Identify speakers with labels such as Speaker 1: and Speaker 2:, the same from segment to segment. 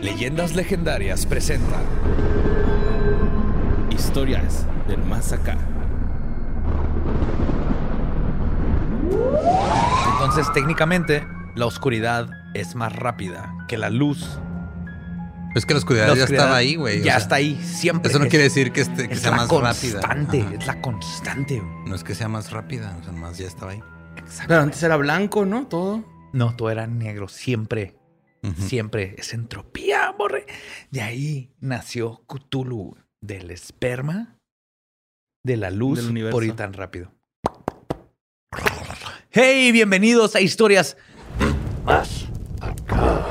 Speaker 1: Leyendas Legendarias presenta
Speaker 2: Historias del más acá.
Speaker 1: Entonces, técnicamente, la oscuridad es más rápida que la luz.
Speaker 3: Es que la oscuridad
Speaker 1: La
Speaker 3: ya
Speaker 1: oscuridad
Speaker 3: estaba ahí, güey. o
Speaker 1: Ya
Speaker 3: sea,
Speaker 1: está ahí, siempre.
Speaker 3: Eso no
Speaker 1: Es-
Speaker 3: quiere decir que, este- que
Speaker 1: es
Speaker 3: sea
Speaker 1: la
Speaker 3: más
Speaker 1: constante,
Speaker 3: rápida.
Speaker 1: es la constante. güey.
Speaker 3: Ajá. No es que sea más rápida, o sea, más ya estaba ahí.
Speaker 2: Pero antes era blanco, ¿no? Todo.
Speaker 1: No, todo era negro, siempre, siempre. Es entropía, borre. De ahí nació Cthulhu, güey, del esperma, de la luz,
Speaker 2: Del universo.
Speaker 1: por ir tan rápido. Hey, bienvenidos a Historias Más Acá,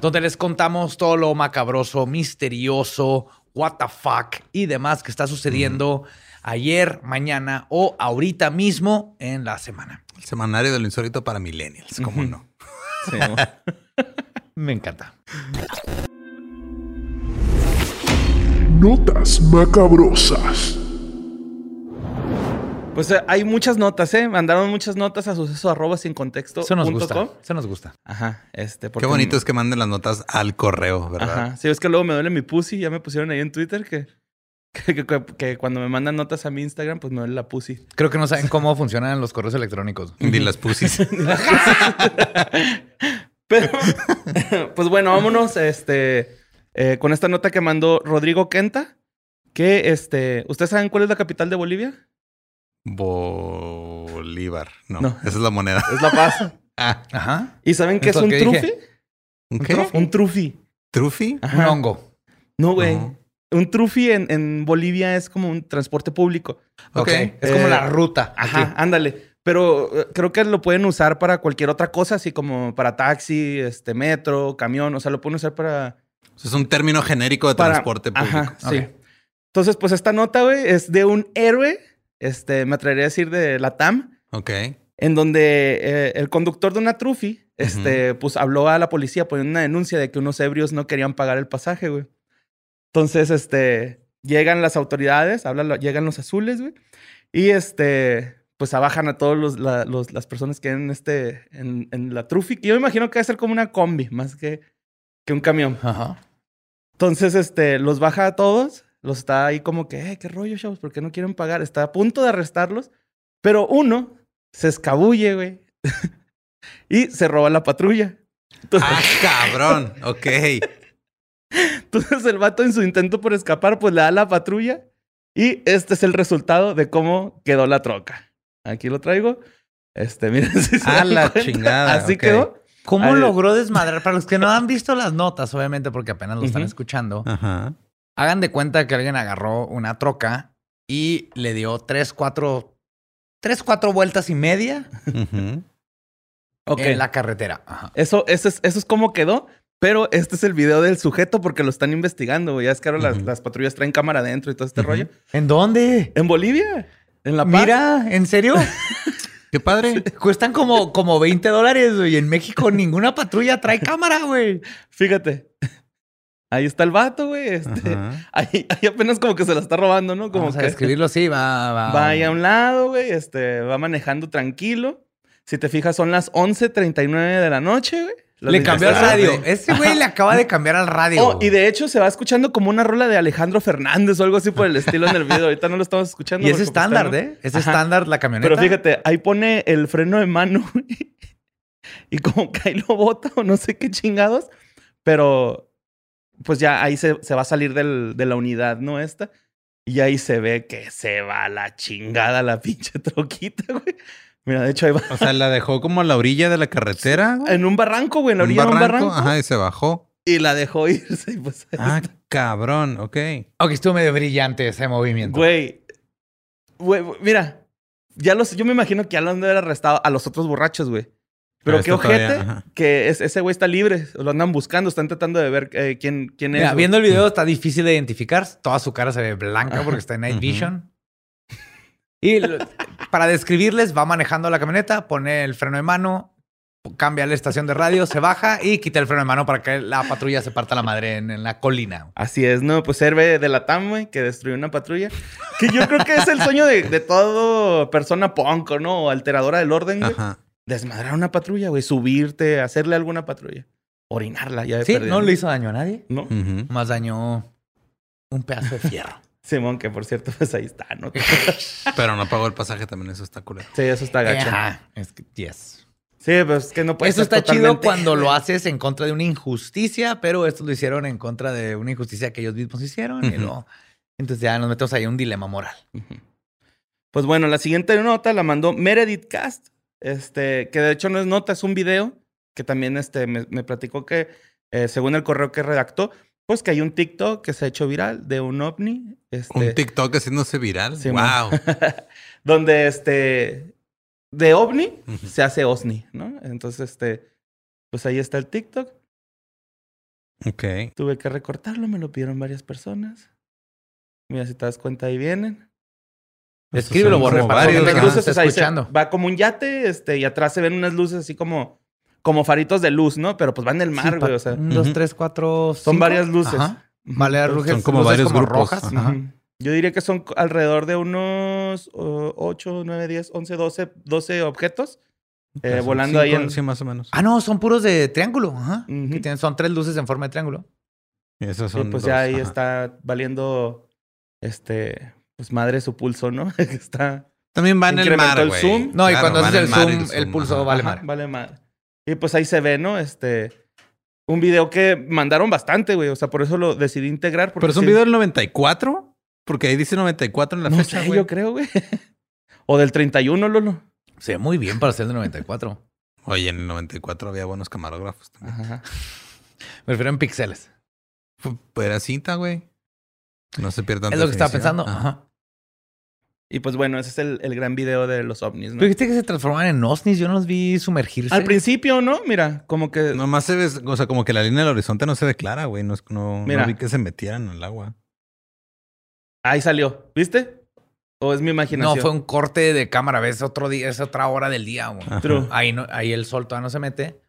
Speaker 1: donde les contamos todo lo macabroso, misterioso, what the fuck y demás que está sucediendo ayer, mañana o ahorita mismo en la semana.
Speaker 3: El semanario de lo insólito para millennials, ¿cómo
Speaker 2: Ujú.
Speaker 3: no?
Speaker 1: Me encanta.
Speaker 4: Notas macabrosas.
Speaker 2: pues eh, hay muchas notas, ¿eh? Mandaron muchas notas a suceso arroba sin contexto.
Speaker 1: Eso nos
Speaker 2: punto
Speaker 1: gusta.
Speaker 2: com.
Speaker 1: Eso nos gusta.
Speaker 2: Ajá, este. mm,
Speaker 3: Qué bonito es que manden las notas al correo, ¿verdad?
Speaker 2: Ajá. Sí, es que luego me duele mi pussy. Ya me pusieron ahí en Twitter que, que, que- que cuando me mandan notas a mi Instagram, pues me duele la pussy.
Speaker 1: Creo que no saben cómo funcionan los correos electrónicos.
Speaker 3: Ni las pusis.
Speaker 2: Pero, pues bueno, vámonos este, eh, con esta nota que mandó Rodrigo Quenta. Que este, ¿ustedes saben cuál es la capital de Bolivia?
Speaker 3: Bolívar. No,
Speaker 2: No.
Speaker 3: esa es la moneda.
Speaker 2: Es La Paz.
Speaker 3: Ah,
Speaker 1: Ajá.
Speaker 2: ¿Y saben qué es
Speaker 1: Eso
Speaker 2: un
Speaker 1: que dije.
Speaker 2: trufi?
Speaker 3: ¿un ¿qué?
Speaker 2: Un trufi.
Speaker 3: ¿Trufi?
Speaker 1: Un hongo.
Speaker 2: No, güey.
Speaker 3: No.
Speaker 2: Un trufi en, en Bolivia es como un transporte público.
Speaker 1: Ok.
Speaker 3: Ok.
Speaker 1: Es como
Speaker 2: Eh,
Speaker 1: la ruta.
Speaker 2: Ajá,
Speaker 1: aquí.
Speaker 2: ándale. Pero eh, creo que lo pueden usar para cualquier otra cosa, así como para taxi, este metro, camión. O sea, lo pueden usar para.
Speaker 3: Es un término genérico de
Speaker 2: para-
Speaker 3: transporte público.
Speaker 2: Ajá, sí.
Speaker 1: Ok.
Speaker 2: Entonces, pues esta nota, güey, es de un héroe. Este, me atrevería a decir de la TAM.
Speaker 3: Ok.
Speaker 2: en donde eh, el conductor de una trufi, este, pues habló a la policía poniendo una denuncia de que unos ebrios no querían pagar el pasaje, güey. Entonces, este, llegan las autoridades, hablan lo- llegan los azules, güey, y este, pues abajan a todos los, la- los- las personas que en este, en, en la trufi. Yo me imagino que va a ser como una combi, más que, que un camión.
Speaker 1: Ajá.
Speaker 2: Entonces, este, los baja a todos, los está ahí como que, eh, qué rollo, chavos, ¿por qué no quieren pagar? Está a punto de arrestarlos, pero uno se escabulle, güey, y se roba la patrulla. Entonces,
Speaker 3: Ah, cabrón. Ok.
Speaker 2: entonces el vato en su intento por escapar, pues le da la patrulla y este es el resultado de cómo quedó la troca. Aquí lo traigo. Este, miren si se
Speaker 3: A
Speaker 2: dan
Speaker 3: la
Speaker 2: cuenta,
Speaker 3: chingada,
Speaker 2: Así
Speaker 3: ok.
Speaker 2: quedó.
Speaker 1: ¿Cómo
Speaker 2: Al-
Speaker 1: logró desmadrar? Para los que no han visto las notas, obviamente, porque apenas lo están
Speaker 2: Ujú.
Speaker 1: escuchando,
Speaker 3: Ajá.
Speaker 1: hagan de cuenta que alguien agarró una troca y le dio tres, cuatro, tres, cuatro vueltas y media
Speaker 3: Ujú.
Speaker 2: Ok.
Speaker 1: en la carretera. Ajá.
Speaker 2: Eso, eso, es, eso es como quedó. Pero este es el video del sujeto porque lo están investigando. güey. Ya es que ahora las,
Speaker 3: Ujú.
Speaker 2: las patrullas traen cámara adentro y todo este
Speaker 3: Ujú.
Speaker 2: rollo.
Speaker 1: ¿En dónde?
Speaker 2: En Bolivia, en La Paz.
Speaker 1: Mira, ¿en serio?
Speaker 3: Qué padre.
Speaker 1: Cuestan como, como 20 dólares güey, y en México ninguna patrulla trae cámara, güey.
Speaker 2: Fíjate. Ahí está el vato, güey. Este,
Speaker 3: Ajá.
Speaker 2: ahí, ahí apenas como que se la está robando, ¿no? Como
Speaker 1: Vamos a
Speaker 2: que
Speaker 1: escribirlo así, va, va.
Speaker 2: va ahí a un lado, güey. Este, va manejando tranquilo. Si te fijas, son las 11.39 de la noche, güey. Las
Speaker 1: Le
Speaker 2: de-
Speaker 1: cambió al
Speaker 3: Tarde.
Speaker 1: radio. Ese güey le acaba de cambiar al radio.
Speaker 2: Oh, y de hecho se va escuchando como una rola de Alejandro Fernández o algo así por el estilo en el video. Ahorita no lo estamos escuchando.
Speaker 1: Y es
Speaker 2: porque, pues,
Speaker 1: estándar,
Speaker 2: está, ¿no?
Speaker 1: ¿eh? Es
Speaker 2: Ajá.
Speaker 1: estándar la camioneta.
Speaker 2: Pero fíjate, ahí pone el freno de mano güey, y como que ahí lo bota o no sé qué chingados, pero pues ya ahí se, se va a salir del- de la unidad, ¿no? Esta. Y ahí se ve que se va a la chingada la pinche troquita, güey. Mira, de hecho ahí va
Speaker 3: O sea, la dejó como a la orilla de la carretera. güey.
Speaker 2: en un barranco, güey, en la orilla de un barranco.
Speaker 3: Ajá, y se bajó.
Speaker 2: Y la dejó irse. Y pues,
Speaker 3: Ah, cabrón. Ok.
Speaker 1: Aunque estuvo medio brillante ese movimiento.
Speaker 2: güey, güey, güey, mira, ya los, yo me imagino que ya lo han de haber arrestado a los otros borrachos, güey. Pero
Speaker 3: Ah,
Speaker 2: qué
Speaker 3: está
Speaker 2: ojete
Speaker 3: todavía, ajá.
Speaker 2: que es- ese güey está libre. Lo andan buscando, están tratando de ver eh, quién, quién es.
Speaker 1: Mira,
Speaker 2: güey.
Speaker 1: viendo el video está difícil de identificar. Toda su cara se ve blanca porque está en Night
Speaker 3: Ujú.
Speaker 1: Vision. Y lo- para describirles, va manejando la camioneta, pone el freno de mano, cambia la estación de radio, se baja y quita el freno de mano para que la patrulla se parta la madre en, en la colina.
Speaker 2: Así es, ¿no? Pues héroe de la TAM, güey, que destruyó una patrulla. Que yo creo que es el sueño de, de todo persona punk, ¿o ¿no? O alteradora del orden, güey.
Speaker 3: Ajá.
Speaker 2: Desmadrar una patrulla, güey. Subirte, hacerle alguna patrulla. orinarla. Ya de
Speaker 1: Sí,
Speaker 2: perdida,
Speaker 1: no le hizo daño a nadie.
Speaker 2: ¿No?
Speaker 3: Ujú.
Speaker 1: Más dañó un pedazo de fierro.
Speaker 2: Simón, que por cierto, pues ahí está, ¿no?
Speaker 3: Pero no pagó el pasaje también, eso está culero.
Speaker 2: Sí, eso está gacho.
Speaker 1: Ajá. Es que, yes.
Speaker 2: Sí, pero es que no puede
Speaker 1: Eso
Speaker 2: ser
Speaker 1: está chido
Speaker 2: totalmente-
Speaker 1: cuando lo haces en contra de una injusticia, pero estos lo hicieron en contra de una injusticia que ellos mismos hicieron. y
Speaker 3: Ujú.
Speaker 1: luego- entonces ya nos metemos ahí en un dilema moral.
Speaker 2: Pues bueno, la siguiente nota la mandó Meredith Cast, este, que de hecho no es nota, es un video que también este, me, me platicó que, eh, según el correo que redactó, pues que hay un TikTok que se ha hecho viral de un ovni. Este,
Speaker 3: Un TikTok haciéndose viral.
Speaker 2: Sí,
Speaker 3: wow.
Speaker 2: donde este de ovni
Speaker 3: Ujú.
Speaker 2: se hace osni, ¿no? Entonces este pues ahí está el TikTok.
Speaker 3: ok.
Speaker 2: Tuve que recortarlo, me lo pidieron varias personas. Mira, si te das cuenta ahí vienen.
Speaker 1: Escríbelo,
Speaker 3: son
Speaker 1: borre,
Speaker 3: como
Speaker 1: para
Speaker 3: varios,
Speaker 1: que
Speaker 2: Unas
Speaker 1: no
Speaker 3: ajá.
Speaker 1: te
Speaker 2: luces,
Speaker 1: está
Speaker 2: o sea, ahí se-
Speaker 1: escuchando.
Speaker 2: va como un yate, este y atrás se ven unas luces así como como faritos de luz, ¿no? Pero pues van del mar,
Speaker 1: Sí,
Speaker 2: güey,
Speaker 1: pa-
Speaker 2: o sea,
Speaker 1: un, dos,
Speaker 3: Ujú.
Speaker 1: tres, cuatro,
Speaker 2: son
Speaker 1: cinco.
Speaker 2: varias luces.
Speaker 3: Ajá.
Speaker 2: Ujú.
Speaker 1: Vale, luces-
Speaker 3: Son como
Speaker 1: luces
Speaker 3: varios
Speaker 1: como
Speaker 3: grupos.
Speaker 1: rojas.
Speaker 3: Ajá.
Speaker 2: Ujú. Yo diría que son co- alrededor de unos 8, 9, 10, 11, 12, 12 objetos eh,
Speaker 3: Son
Speaker 2: volando ahí
Speaker 3: cinco,
Speaker 2: en,
Speaker 3: Sí, más o menos.
Speaker 1: Ah, no, son puros de triángulo. Ajá.
Speaker 2: Ujú.
Speaker 1: Que tienen- son tres luces en forma de triángulo.
Speaker 3: Esos
Speaker 2: Sí,
Speaker 3: son
Speaker 2: pues
Speaker 3: dos,
Speaker 2: ya ahí
Speaker 3: ajá.
Speaker 2: está valiendo este pues madre su pulso, ¿no? Que está
Speaker 3: También va en el
Speaker 2: Incrementó
Speaker 3: mar,
Speaker 2: el
Speaker 3: güey.
Speaker 2: zoom.
Speaker 1: No, y cuando
Speaker 3: va en
Speaker 1: haces el
Speaker 3: mar y
Speaker 1: zoom, el pulso
Speaker 3: ajá.
Speaker 1: Vale
Speaker 2: ajá,
Speaker 1: madre.
Speaker 2: vale madre. Y pues ahí se ve, ¿no? Este un video que mandaron bastante, güey, o sea, por eso lo decidí integrar porque
Speaker 3: Pero es un
Speaker 2: sí-
Speaker 3: video del 94, porque ahí dice 94 en la
Speaker 2: no
Speaker 3: fecha,
Speaker 2: sé,
Speaker 3: güey.
Speaker 2: yo creo, güey. o del 31, Lolo.
Speaker 1: Se ve muy bien para ser del 94.
Speaker 3: Oye, en el 94 había buenos camarógrafos. también.
Speaker 2: Ajá.
Speaker 1: Me refiero en píxeles.
Speaker 3: Fue- Era cinta, Pues, güey. No se pierdan
Speaker 1: Es lo que estaba
Speaker 3: definición.
Speaker 1: pensando.
Speaker 3: Ajá.
Speaker 1: Ajá.
Speaker 2: Y pues bueno, ese es el, el gran video de los ovnis, ¿no?
Speaker 1: Pero dijiste que se transformaban en osnis. Yo no los vi sumergirse.
Speaker 2: Al principio, ¿no? Mira, como que
Speaker 3: Nomás se ve, o sea, como que la línea del horizonte no se declara, güey. No, es- no, no
Speaker 2: Mira.
Speaker 3: vi que se metieran al agua.
Speaker 2: ahí salió, ¿viste? O es mi
Speaker 1: No,
Speaker 2: imaginación.
Speaker 1: fue un corte de cámara. Ves otro día, es otra hora del día. güey.
Speaker 3: Ajá.
Speaker 2: True.
Speaker 1: Ahí, no, ahí el sol todavía no se mete.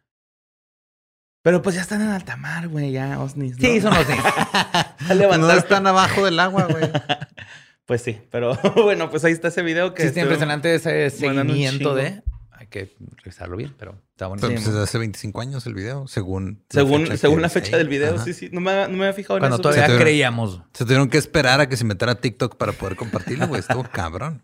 Speaker 2: Pero pues ya están en alta mar, güey, ya ovnis, ¿no?
Speaker 1: Sí, son osnis.
Speaker 2: Ya levantaron.
Speaker 3: No están abajo del agua, güey.
Speaker 2: Pues sí, pero bueno, pues ahí está ese video que
Speaker 1: Sí, está
Speaker 2: estuvimos-
Speaker 1: impresionante ese
Speaker 2: mandando un
Speaker 1: seguimiento de. Hay que revisarlo bien, pero está bonito.
Speaker 3: Entonces,
Speaker 2: Sí, mo.
Speaker 3: pues, hace 25 años el video, según.
Speaker 2: Según, según la
Speaker 3: dice
Speaker 2: fecha
Speaker 3: ahí.
Speaker 2: del video,
Speaker 3: Ajá.
Speaker 2: sí, sí. No me, no me había fijado en
Speaker 1: Cuando
Speaker 2: eso.
Speaker 1: todavía
Speaker 3: Se te-
Speaker 1: creíamos.
Speaker 3: Se tuvieron que esperar a que se metiera a TikTok para poder compartirlo, güey. Estuvo cabrón.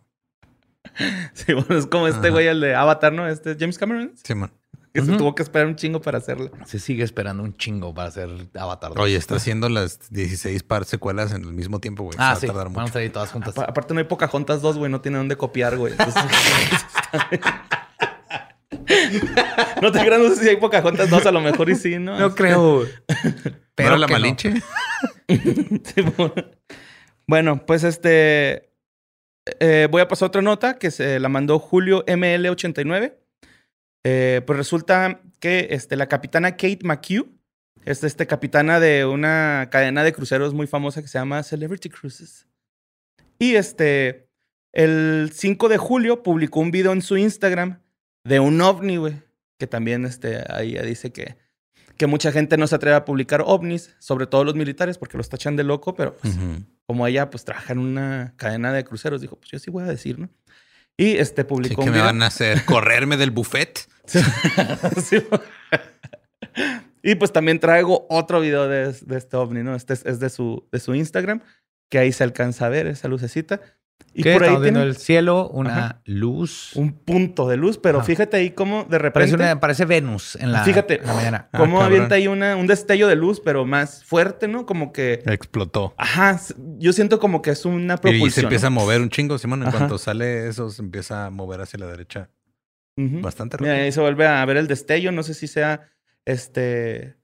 Speaker 2: Sí, bueno, es como este
Speaker 3: Ajá.
Speaker 2: güey, el de Avatar, ¿no? Este James Cameron,
Speaker 3: Simón.
Speaker 2: que se
Speaker 1: Ujú.
Speaker 2: tuvo que esperar un chingo para hacerla.
Speaker 1: Se sigue esperando un chingo para hacer Avatar.
Speaker 3: Oye, está haciendo las 16 par secuelas en el mismo tiempo, güey.
Speaker 1: ah,
Speaker 3: se
Speaker 1: sí.
Speaker 3: va a tardar
Speaker 1: Vamos
Speaker 3: mucho.
Speaker 1: a ir todas juntas.
Speaker 2: Ah, Pa- aparte, no hay Pocahontas 2, güey, no tiene dónde copiar, güey. Entonces- no te creas, no sé si hay Pocahontas 2, a lo mejor y sí, ¿no?
Speaker 1: No creo.
Speaker 3: Pero la
Speaker 1: que no.
Speaker 3: Malinche.
Speaker 2: Sí, bueno. bueno, pues este. eh, voy a pasar otra nota que se la mandó Julio ML89. Eh, pues resulta que este, la capitana Kate McHugh es este, capitana de una cadena de cruceros muy famosa que se llama Celebrity Cruises. Y este, el 5 de julio publicó un video en su Instagram de un ovni, güey. Que también este, ahí ya dice que, que mucha gente no se atreve a publicar ovnis, sobre todo los militares, porque los tachan de loco, pero pues,
Speaker 3: Ujú.
Speaker 2: como ella pues trabaja en una cadena de cruceros, dijo, pues yo sí voy a decir, ¿no? Y este
Speaker 3: Sí,
Speaker 2: publicó
Speaker 3: que
Speaker 2: un
Speaker 3: me
Speaker 2: video.
Speaker 3: van a hacer correrme del buffet.
Speaker 2: Sí. y pues también traigo otro video de, de este ovni, ¿no? Este es, es de, su, de su Instagram, que ahí se alcanza a ver esa lucecita. Y
Speaker 1: ¿Qué?
Speaker 2: por ahí
Speaker 1: Estamos viendo
Speaker 2: tiene
Speaker 1: el cielo, una
Speaker 2: Ajá.
Speaker 1: luz.
Speaker 2: un punto de luz, pero
Speaker 1: Ajá.
Speaker 2: fíjate ahí cómo de repente,
Speaker 1: Parece, una- parece Venus en la,
Speaker 2: Fíjate.
Speaker 1: en la mañana.
Speaker 3: Ah,
Speaker 2: cómo
Speaker 3: cabrón.
Speaker 2: avienta ahí una, un destello de luz, pero más fuerte, ¿no? Como que,
Speaker 3: Explotó.
Speaker 2: ajá, s- yo siento como que es una propulsión.
Speaker 3: Y se empieza a
Speaker 2: ¿no?
Speaker 3: mover un chingo, Simón. En
Speaker 2: Ajá.
Speaker 3: cuanto sale eso, se empieza a mover hacia la derecha.
Speaker 2: Ujú.
Speaker 3: Bastante
Speaker 2: Mira,
Speaker 3: rápido.
Speaker 2: ahí se vuelve a ver el destello. No sé si sea este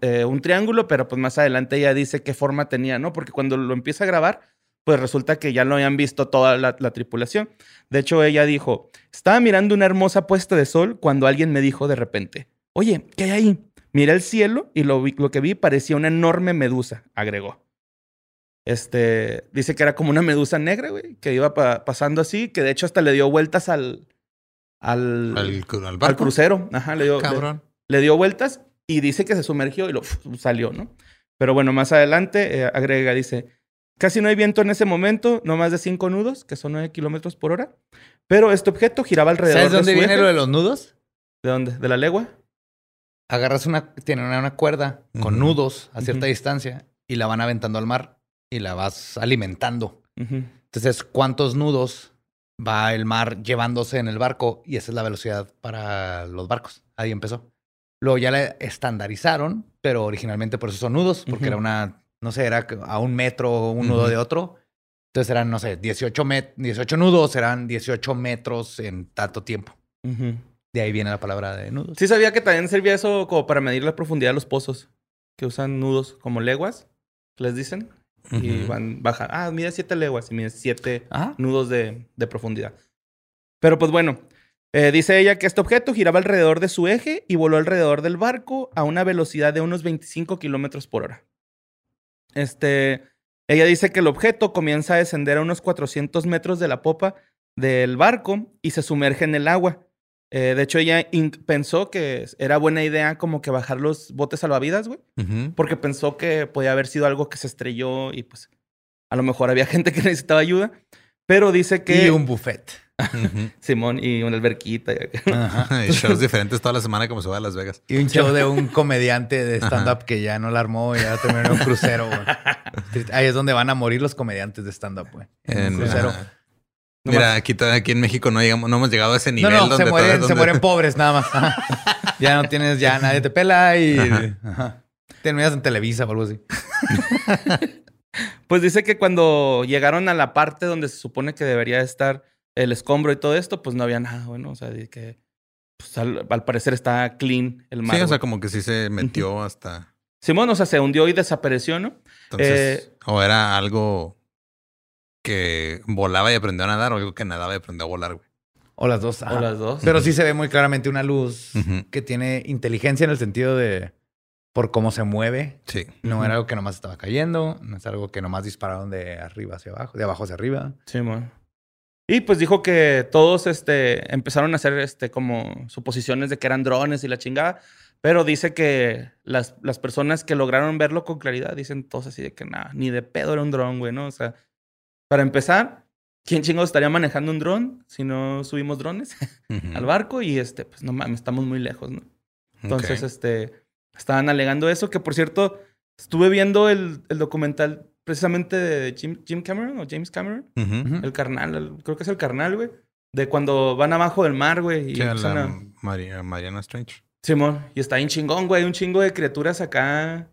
Speaker 2: eh, un triángulo, pero pues más adelante ella dice qué forma tenía, ¿no? Porque cuando lo empieza a grabar, pues resulta que ya lo habían visto toda la, la tripulación. De hecho, ella dijo: Estaba mirando una hermosa puesta de sol cuando alguien me dijo de repente: Oye, ¿qué hay ahí? Miré el cielo y lo, vi- lo que vi parecía una enorme medusa, agregó. Este, dice que era como una medusa negra, güey, que iba pa- pasando así, que de hecho hasta le dio vueltas al, al,
Speaker 3: Al, cru- al
Speaker 2: al
Speaker 3: barco.
Speaker 2: crucero. Ajá, le dio, le,
Speaker 3: Cabrón.
Speaker 2: le dio vueltas y dice que se sumergió y lo uf, salió, ¿no? Pero bueno, más adelante eh, agrega, dice, casi no hay viento en ese momento, no más de 5 nudos, que son 9 kilómetros por hora, pero este objeto giraba alrededor
Speaker 1: ¿Sabes
Speaker 2: de
Speaker 1: dónde
Speaker 2: su
Speaker 1: viene
Speaker 2: eje.
Speaker 1: lo de los nudos?
Speaker 2: ¿De dónde? ¿De la legua?
Speaker 1: agarras una, tienen una, una cuerda con
Speaker 3: Ujú.
Speaker 1: nudos a cierta
Speaker 2: Ujú.
Speaker 1: distancia y la van aventando al mar y la vas alimentando.
Speaker 2: Ujú.
Speaker 1: Entonces, ¿cuántos nudos va el mar llevándose en el barco? Y esa es la velocidad para los barcos. Ahí empezó. Luego ya la estandarizaron, pero originalmente por eso son nudos, porque
Speaker 2: Ujú.
Speaker 1: era una, no sé, era a un metro un nudo
Speaker 3: Ujú.
Speaker 1: de otro. Entonces eran, no sé, 18, met- 18 nudos, eran 18 metros en tanto tiempo.
Speaker 2: Ujú.
Speaker 1: De ahí viene la palabra de nudos.
Speaker 2: Sí sabía que también servía eso como para medir la profundidad de los pozos. Que usan nudos como leguas, les dicen. Y
Speaker 3: Ujú.
Speaker 2: van, bajan. Ah, mide siete leguas y mide siete
Speaker 1: Ajá.
Speaker 2: nudos de, de profundidad. Pero pues bueno, eh, dice ella que este objeto giraba alrededor de su eje y voló alrededor del barco a una velocidad de unos 25 kilómetros por hora. Este, ella dice que el objeto comienza a descender a unos 400 metros de la popa del barco y se sumerge en el agua. Eh, de hecho, ella in- pensó que era buena idea como que bajar los botes salvavidas, güey
Speaker 3: Ujú.
Speaker 2: porque pensó que podía haber sido algo que se estrelló y pues a lo mejor había gente que necesitaba ayuda, pero dice que
Speaker 1: Y un buffet.
Speaker 3: Ujú.
Speaker 2: Simón y una alberquita. y-
Speaker 3: Y shows diferentes toda la semana como se va a Las Vegas.
Speaker 1: Y un show de un comediante de stand-up que ya no la armó, ya terminó en un crucero, güey. Triste. Ahí es donde van a morir los comediantes de stand-up, güey. En
Speaker 3: En-
Speaker 1: un crucero.
Speaker 3: ajá. Mira, aquí, to- aquí en México no llegamos, no hemos llegado a ese
Speaker 1: No,
Speaker 3: nivel.
Speaker 1: no,
Speaker 3: donde
Speaker 1: se
Speaker 3: todo-
Speaker 1: mueren, se
Speaker 3: donde-
Speaker 1: mueren pobres nada más. Ajá. ya no tienes, ya nadie te pela y
Speaker 3: Ajá.
Speaker 1: ajá. terminas en Televisa o algo así.
Speaker 2: Pues dice que cuando llegaron a la parte donde se supone que debería estar el escombro y todo esto, pues no había nada, bueno, o sea, de que pues, al, al parecer está clean el mar.
Speaker 3: Sí, o sea,
Speaker 2: güey.
Speaker 3: como que sí se metió hasta.
Speaker 2: Simón, o sea, se hundió y desapareció, ¿no?
Speaker 3: Entonces,
Speaker 2: Eh,
Speaker 3: o era algo que volaba y aprendió a nadar, o algo que nadaba y aprendió a volar, güey.
Speaker 1: O las dos. ajá.
Speaker 2: O las dos.
Speaker 1: Pero sí se ve muy claramente una luz
Speaker 3: Ujú.
Speaker 1: que tiene inteligencia en el sentido de por cómo se mueve.
Speaker 3: Sí.
Speaker 1: No
Speaker 2: Ujú.
Speaker 1: era algo que nomás estaba cayendo, no es algo que nomás dispararon de arriba hacia abajo, de abajo hacia arriba.
Speaker 2: Simón. Y pues dijo que todos este, empezaron a hacer este, como suposiciones de que eran drones y la chingada. Pero dice que las, las personas que lograron verlo con claridad dicen todos así de que nada, ni de pedo era un dron, güey, ¿no? O sea, para empezar, ¿quién chingados estaría manejando un dron si no subimos drones
Speaker 3: Ujú.
Speaker 2: al barco? Y este, pues no mames, estamos muy lejos, ¿no? Entonces,
Speaker 3: Ok.
Speaker 2: este, estaban alegando eso, que por cierto, estuve viendo el, el documental precisamente de Jim, Jim Cameron o James Cameron.
Speaker 3: Ujú.
Speaker 1: Ujú.
Speaker 2: El carnal, el- creo que es el carnal, güey. De cuando van abajo del mar, güey. Y,
Speaker 3: Sí, a
Speaker 1: pues,
Speaker 2: empiezan
Speaker 3: la
Speaker 2: a-
Speaker 3: María- Mariana Strange.
Speaker 2: Simón, y está bien chingón, güey. Un chingo de criaturas acá.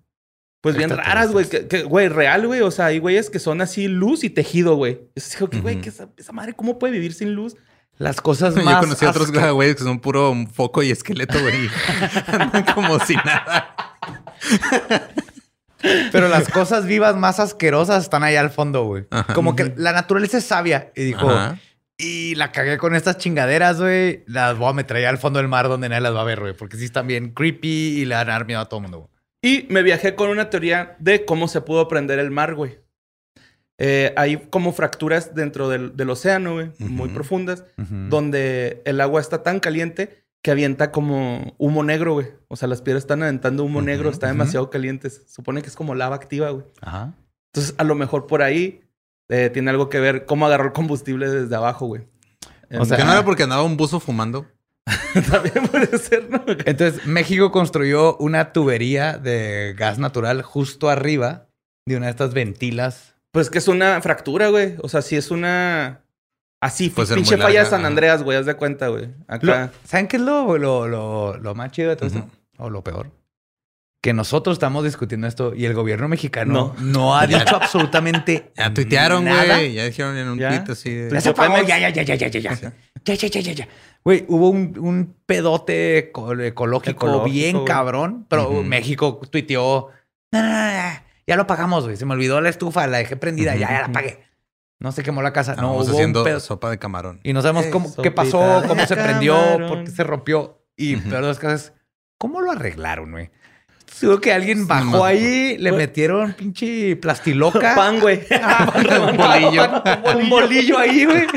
Speaker 2: Pues bien raras, güey.
Speaker 3: Extraterrestres.
Speaker 2: Que, que, güey, real, güey. O sea, hay güeyes que son así luz y tejido, güey. Yo sí digo que, güey,
Speaker 3: Ujú.
Speaker 2: que esa, esa madre, ¿cómo puede vivir sin luz?
Speaker 1: Las cosas más.
Speaker 3: Yo conocí a otros
Speaker 1: asco-
Speaker 3: güeyes que son puro foco y esqueleto, güey. Andan como si nada.
Speaker 1: Pero las cosas vivas más asquerosas están allá al fondo, güey.
Speaker 3: Ajá.
Speaker 1: Como que la naturaleza es sabia y dijo,
Speaker 3: Ajá.
Speaker 1: y la cagué con estas chingaderas, güey. Las voy a meter allá al fondo del mar donde nadie las va a ver, güey. Porque sí están bien creepy y le van a dar miedo a todo el mundo. güey.
Speaker 2: Y me viajé con una teoría de cómo se pudo prender el mar, güey. Eh, hay como fracturas dentro del, del océano, güey, muy
Speaker 3: Ujú.
Speaker 2: profundas.
Speaker 1: Ujú.
Speaker 2: donde el agua está tan caliente que avienta como humo negro, güey. O sea, las piedras están aventando humo
Speaker 3: Ujú,
Speaker 2: negro, está
Speaker 3: ujú.
Speaker 2: demasiado caliente. Se supone que es como lava activa, güey.
Speaker 1: Ajá.
Speaker 2: Entonces, a lo mejor por ahí eh, tiene algo que ver cómo agarró el combustible desde abajo, güey. Em,
Speaker 1: O sea-
Speaker 3: Que
Speaker 2: Ah.
Speaker 3: no era porque andaba un buzo fumando.
Speaker 2: también puede ser, ¿no?
Speaker 1: Entonces, México construyó una tubería de gas natural justo arriba de una de estas ventilas.
Speaker 2: Pues que es una fractura, güey. O sea, si es una. Así,
Speaker 3: Puede ser muy
Speaker 2: pinche falla de
Speaker 3: larga,
Speaker 2: San
Speaker 3: ajá.
Speaker 2: Andreas, güey. Haz de cuenta, güey.
Speaker 1: Lo-
Speaker 2: Acá.
Speaker 1: ¿Saben qué es lo, lo, lo- lo más chido de todo
Speaker 3: Ujú.
Speaker 1: esto? O lo peor. Que nosotros estamos discutiendo esto y el gobierno mexicano no, ha
Speaker 3: Ya.
Speaker 1: dicho absolutamente
Speaker 3: Ya tuitearon,
Speaker 1: nada.
Speaker 3: güey. Ya dijeron en un
Speaker 2: Ya.
Speaker 3: tweet así. de-
Speaker 1: Ya se
Speaker 2: Yo
Speaker 1: apagó,
Speaker 2: Pemex-
Speaker 1: ya, ya, ya, ya, ya, ya, ya. Ya, ya, ya, ya, ya. Güey, hubo un, un pedote eco- ecológico,
Speaker 2: Ecológico,
Speaker 1: bien
Speaker 2: güey.
Speaker 1: cabrón, pero
Speaker 3: Ujú.
Speaker 1: México tuiteó, "No, no, no, no, ya lo apagamos, güey. Se me olvidó la estufa, la dejé prendida, ya, ya la
Speaker 2: Ujú.
Speaker 1: apagué. No se quemó la casa. No,
Speaker 3: Estábamos
Speaker 1: hubo
Speaker 3: Ah, haciendo
Speaker 1: un pedo.
Speaker 3: sopa de camarón.
Speaker 1: Y no sabemos
Speaker 2: Eh,
Speaker 1: cómo, qué
Speaker 2: sopita
Speaker 1: pasó,
Speaker 2: de
Speaker 1: cómo se prendió,
Speaker 2: camarón.
Speaker 1: por qué se rompió. Y
Speaker 3: Ujú.
Speaker 1: peor de las cosas, ¿cómo lo arreglaron, güey? Seguro que alguien bajó
Speaker 3: Nomás-
Speaker 1: ahí, le
Speaker 2: Güey.
Speaker 1: metieron pinche plastiloca.
Speaker 2: Pan, güey.
Speaker 1: un bolillo. un bolillo ahí, güey.